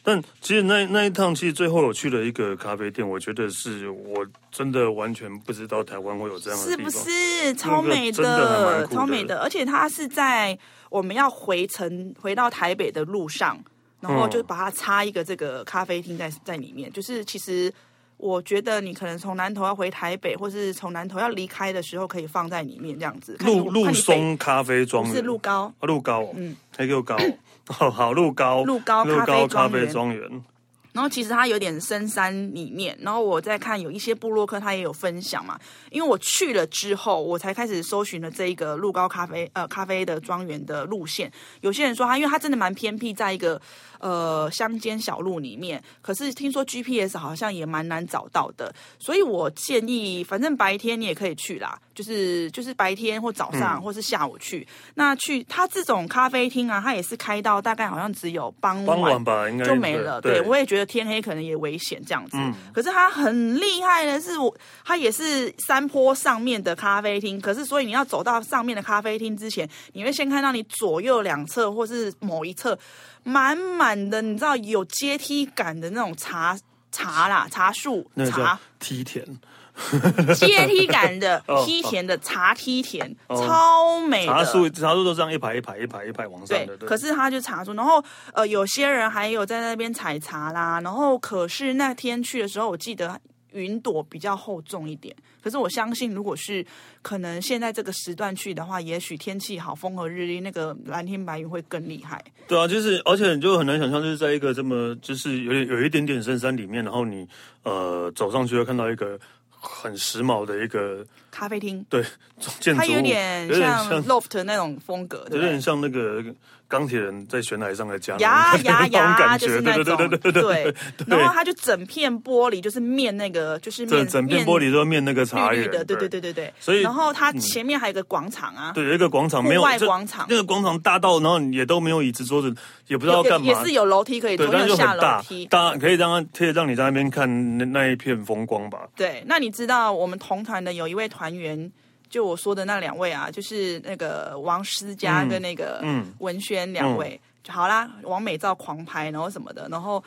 Speaker 1: 但其实那那一趟，其实最后有去了一个咖啡店，我觉得是我真的完全不知道台湾会有这样的
Speaker 2: 是
Speaker 1: 地
Speaker 2: 不
Speaker 1: 方，
Speaker 2: 是超美
Speaker 1: 真的还蛮酷的
Speaker 2: 超美的？而且它是在我们要回程回到台北的路上，然后就把它插一个这个咖啡厅在在里面。就是其实我觉得你可能从南头要回台北，或是从南头要离开的时候，可以放在里面这样子。看
Speaker 1: 路
Speaker 2: 看
Speaker 1: 路
Speaker 2: 你北
Speaker 1: 松咖啡庄
Speaker 2: 不
Speaker 1: 园
Speaker 2: 是路高，
Speaker 1: 啊，鹿高、哦，嗯，还有高、哦，好好鹿高，
Speaker 2: 鹿高
Speaker 1: 鹿高
Speaker 2: 咖
Speaker 1: 咖
Speaker 2: 啡
Speaker 1: 啡
Speaker 2: 庄
Speaker 1: 庄园，
Speaker 2: 然后其实它有点深山里面，然后我在看有一些部落客他也有分享嘛，因为我去了之后，我才开始搜寻了这一个鹿高咖啡呃咖啡的庄园的路线。有些人说它，啊因为它真的蛮偏僻，在一个呃乡间小路里面，可是听说 GPS 好像也蛮难找到的，所以我建议，反正白天你也可以去啦，就是就是白天或早
Speaker 1: 嗯
Speaker 2: 上或是下午去。那去它这种咖啡厅啊，它也是开到大概好像只有傍
Speaker 1: 傍晚吧，应该
Speaker 2: 就没了。对，
Speaker 1: 对，嗯
Speaker 2: 我也觉得天黑可能也危险这样子。可是它很厉害的是，我它也是山坡上面的咖啡厅，可是所以你要走到上面的咖啡厅之前，你会先看到你左右两侧或是某一侧满满的，你知道有阶梯感的那种茶。茶啦，茶树
Speaker 1: 那个
Speaker 2: 茶
Speaker 1: 叫梯田，
Speaker 2: 阶梯感的
Speaker 1: 哦
Speaker 2: 梯田的茶梯田，超美的。
Speaker 1: 茶树茶树都这样一排一排一排一排往上
Speaker 2: 对
Speaker 1: 的，，
Speaker 2: 可是哦他就查出，然后呃，有些人还有在那边采茶啦，然后可是那天去的时候，我记得云朵比较厚重一点。可是我相信，如果是可能现在这个时段去的话，也许天气好，风和日丽，那个蓝天白云会更厉害。
Speaker 1: 对啊，就是而且你就很难想象，就是在一个这么就是有点有一点点深山里面，然后你呃走上去会看到一个很时髦的一个
Speaker 2: 咖啡厅，
Speaker 1: 对建筑物，
Speaker 2: 它有点
Speaker 1: 有点
Speaker 2: 像 loft 那种风格，对
Speaker 1: 有
Speaker 2: 不对
Speaker 1: 点像那个钢铁人在悬崖上的家，
Speaker 2: 呀呀
Speaker 1: 那种
Speaker 2: 呀，
Speaker 1: 感
Speaker 2: 就
Speaker 1: 觉，
Speaker 2: 是那
Speaker 1: 对
Speaker 2: 种
Speaker 1: 对对对对对，
Speaker 2: 然后它就整片玻璃，就是面那个，就是
Speaker 1: 整
Speaker 2: 面
Speaker 1: 整片玻璃都要面那个茶
Speaker 2: 面绿
Speaker 1: 园
Speaker 2: 绿的，对对对对对。
Speaker 1: 所以嗯
Speaker 2: 然后它前面还有一个广场啊，
Speaker 1: 对，有一个广场没有
Speaker 2: 户外
Speaker 1: 这
Speaker 2: 广场
Speaker 1: 那个广场大到，然后也都没有椅子桌子，也不知道
Speaker 2: 也
Speaker 1: 干嘛，
Speaker 2: 也是有楼梯可以走，
Speaker 1: 对，但
Speaker 2: 同
Speaker 1: 是就很
Speaker 2: 有下楼
Speaker 1: 大
Speaker 2: 梯，。
Speaker 1: 大可以让它可以让你在那边看那那一片风光吧。
Speaker 2: 对，那你知道我们同团的有一位团员，就我说的那两位啊，就是那个王思佳
Speaker 1: 嗯
Speaker 2: 跟那个
Speaker 1: 嗯
Speaker 2: 文轩两位。就好啦，王美照狂拍，然后什么的，然后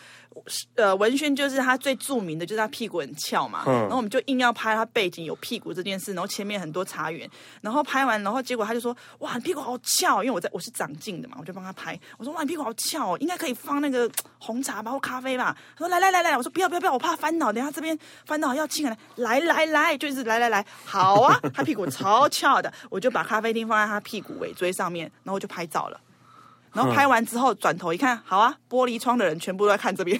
Speaker 2: 呃，文轩就是他最著名的，就是他屁股很翘嘛，
Speaker 1: 嗯
Speaker 2: 然后我们就硬要拍他背景有屁股这件事，然后前面很多茶园，然后拍完，然后结果他就说：“哇，你屁股好翘！”因为我在我是长进的嘛，我就帮他拍，我说：“哇，你屁股好翘、哦，应该可以放那个嘖红茶吧或咖啡吧。”他说：“来来来来，我说不要不要不要，我怕翻倒，等一下这边翻倒要进来，来来来，就是来来来，好啊， 他屁股超翘的，我就把咖啡厅放在他屁股尾椎上面，然后我就拍照了。”然后拍完之后转头一看，好啊，玻璃窗的人全部都在看这 边，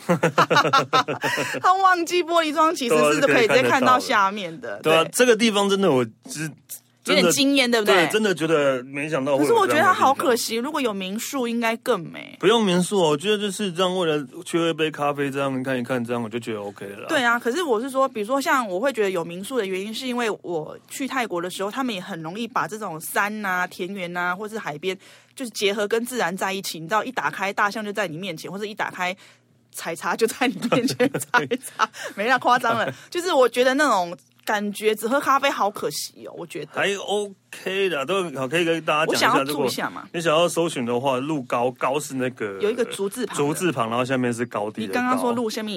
Speaker 2: 他忘记玻璃窗其实
Speaker 1: 啊
Speaker 2: 是可以直接看到下面的，
Speaker 1: 对啊，这个地方真的我只
Speaker 2: 有
Speaker 1: 真
Speaker 2: 点
Speaker 1: 的
Speaker 2: 惊艳，对不
Speaker 1: 对，真的觉得没想到。
Speaker 2: 可是我觉得它好可
Speaker 1: 惜。
Speaker 2: 惜，如果有民宿应该更美。
Speaker 1: 不用民宿哦，我觉得就是这样，为了缺一杯咖啡，这样看一看，这样我就觉得 OK 了啦。
Speaker 2: 对啊，可是我是说，比如说像我会觉得有民宿的原因，是因为我去泰国的时候，他们也很容易把这种山呐、田园呐、或是海边，就是结合跟自然在一起。你知道，一打开大象就在你面前，或者一打开采茶就在你面前采茶， 没那夸张 了。就是我觉得那种感觉，只喝咖啡好可惜哦，我觉得。
Speaker 1: 还 OK 的，都好可以跟大家
Speaker 2: 我
Speaker 1: 讲
Speaker 2: 想
Speaker 1: 一下。
Speaker 2: 要
Speaker 1: 如
Speaker 2: 住
Speaker 1: 果
Speaker 2: 一下嘛，
Speaker 1: 你想要搜寻的话，路高高是那个
Speaker 2: 有一个竹字旁的
Speaker 1: 竹字旁，然后下面是高低
Speaker 2: 你
Speaker 1: 的高。
Speaker 2: 刚刚说陆什么？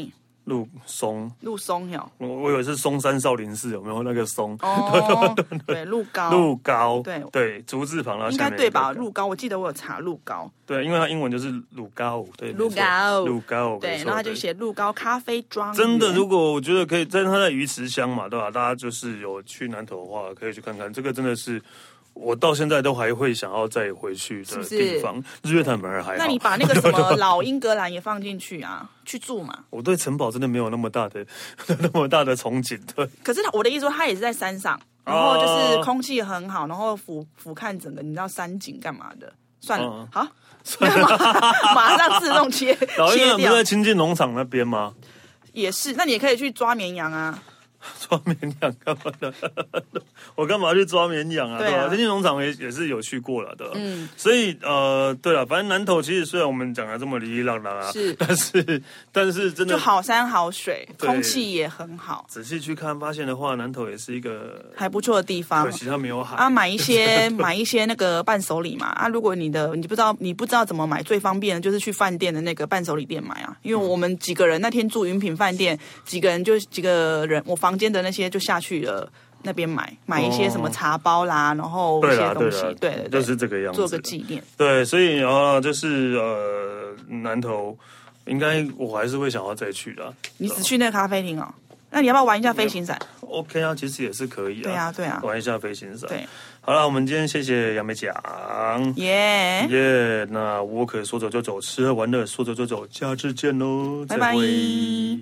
Speaker 1: 路松，
Speaker 2: 陆松哟。
Speaker 1: 我我以为是松山少林寺，有没有那个松？
Speaker 2: 哦， 对，陆高。
Speaker 1: 路高，
Speaker 2: 对
Speaker 1: 对，竹字旁，然后
Speaker 2: 应
Speaker 1: 下
Speaker 2: 该
Speaker 1: 面
Speaker 2: 对吧？
Speaker 1: 有一个
Speaker 2: 鹿高，我记得我有查鹿高，
Speaker 1: 对，因为它英文就是鲁高，对，
Speaker 2: 鹿
Speaker 1: 没错
Speaker 2: 高
Speaker 1: 鹿高，没
Speaker 2: 对，
Speaker 1: 错
Speaker 2: 然后他就。写鹿高咖啡庄园。
Speaker 1: 真的，如果我觉得可以，但是它在鱼池乡嘛，对吧？大家就是有去南投的话，可以去看看。这个真的是我到现在都还会想要再回去的
Speaker 2: 不是
Speaker 1: 地方。日月潭反而还好。
Speaker 2: 那你把那个 什么老英格兰也放进去啊，去住嘛。
Speaker 1: 我对城堡真的没有那么大的 那么大的憧憬，对。
Speaker 2: 可是我的意思说，它也是在山上，
Speaker 1: 哦
Speaker 2: 然后就是空气很好，然后俯俯瞰整个，你知道山景干嘛的？算了
Speaker 1: 嗯，
Speaker 2: 好，马 马上自动切
Speaker 1: 老鹰
Speaker 2: 切
Speaker 1: 不是在
Speaker 2: 掉，
Speaker 1: 亲近农场那边吗？
Speaker 2: 也是。那你也可以去抓绵羊啊，
Speaker 1: 抓绵羊干嘛的？我干嘛去抓绵羊啊？
Speaker 2: 对啊
Speaker 1: 对吧、天津农场也也是有去过了的。嗯，所以呃，对了，反正南投其实虽然我们讲的这么哩哩浪浪啊，
Speaker 2: 是
Speaker 1: 但是但是真
Speaker 2: 就
Speaker 1: 的
Speaker 2: 好山好水，
Speaker 1: 对
Speaker 2: 空气也很好，
Speaker 1: 仔细去看发现的话，南投也是一个
Speaker 2: 还不错的地方
Speaker 1: 可。惜它没有海。
Speaker 2: 啊，买 一些买一些那个伴手礼嘛啊！如果你的你不知道你不知道怎么买，最方便的就是去饭店的那个伴手礼店买啊。因为我们几个人那天住云品饭店，几个人就几个人，我房间的那些就下去了那边买买一些什么茶包啦，然后一
Speaker 1: 哦对
Speaker 2: 些
Speaker 1: 啦，
Speaker 2: 东
Speaker 1: 对
Speaker 2: 西
Speaker 1: 啦，，
Speaker 2: 对对对，
Speaker 1: 就是这个样子。
Speaker 2: 做个纪念。
Speaker 1: 对，所以呃，就是呃，南投呃应该我还是会想要再去的啊。
Speaker 2: 你只去那个咖啡厅哦，那你要不要玩一下飞行伞？
Speaker 1: OK 啊，其实也是可以啊。
Speaker 2: 对啊对啊
Speaker 1: 玩一下飞行伞。
Speaker 2: 对，
Speaker 1: 好了，我们今天谢谢杨梅奖。
Speaker 2: 耶、
Speaker 1: 耶那我可说走就走，吃喝玩乐说走就走，下次见喽，
Speaker 2: 拜
Speaker 1: 再
Speaker 2: 拜
Speaker 1: 会。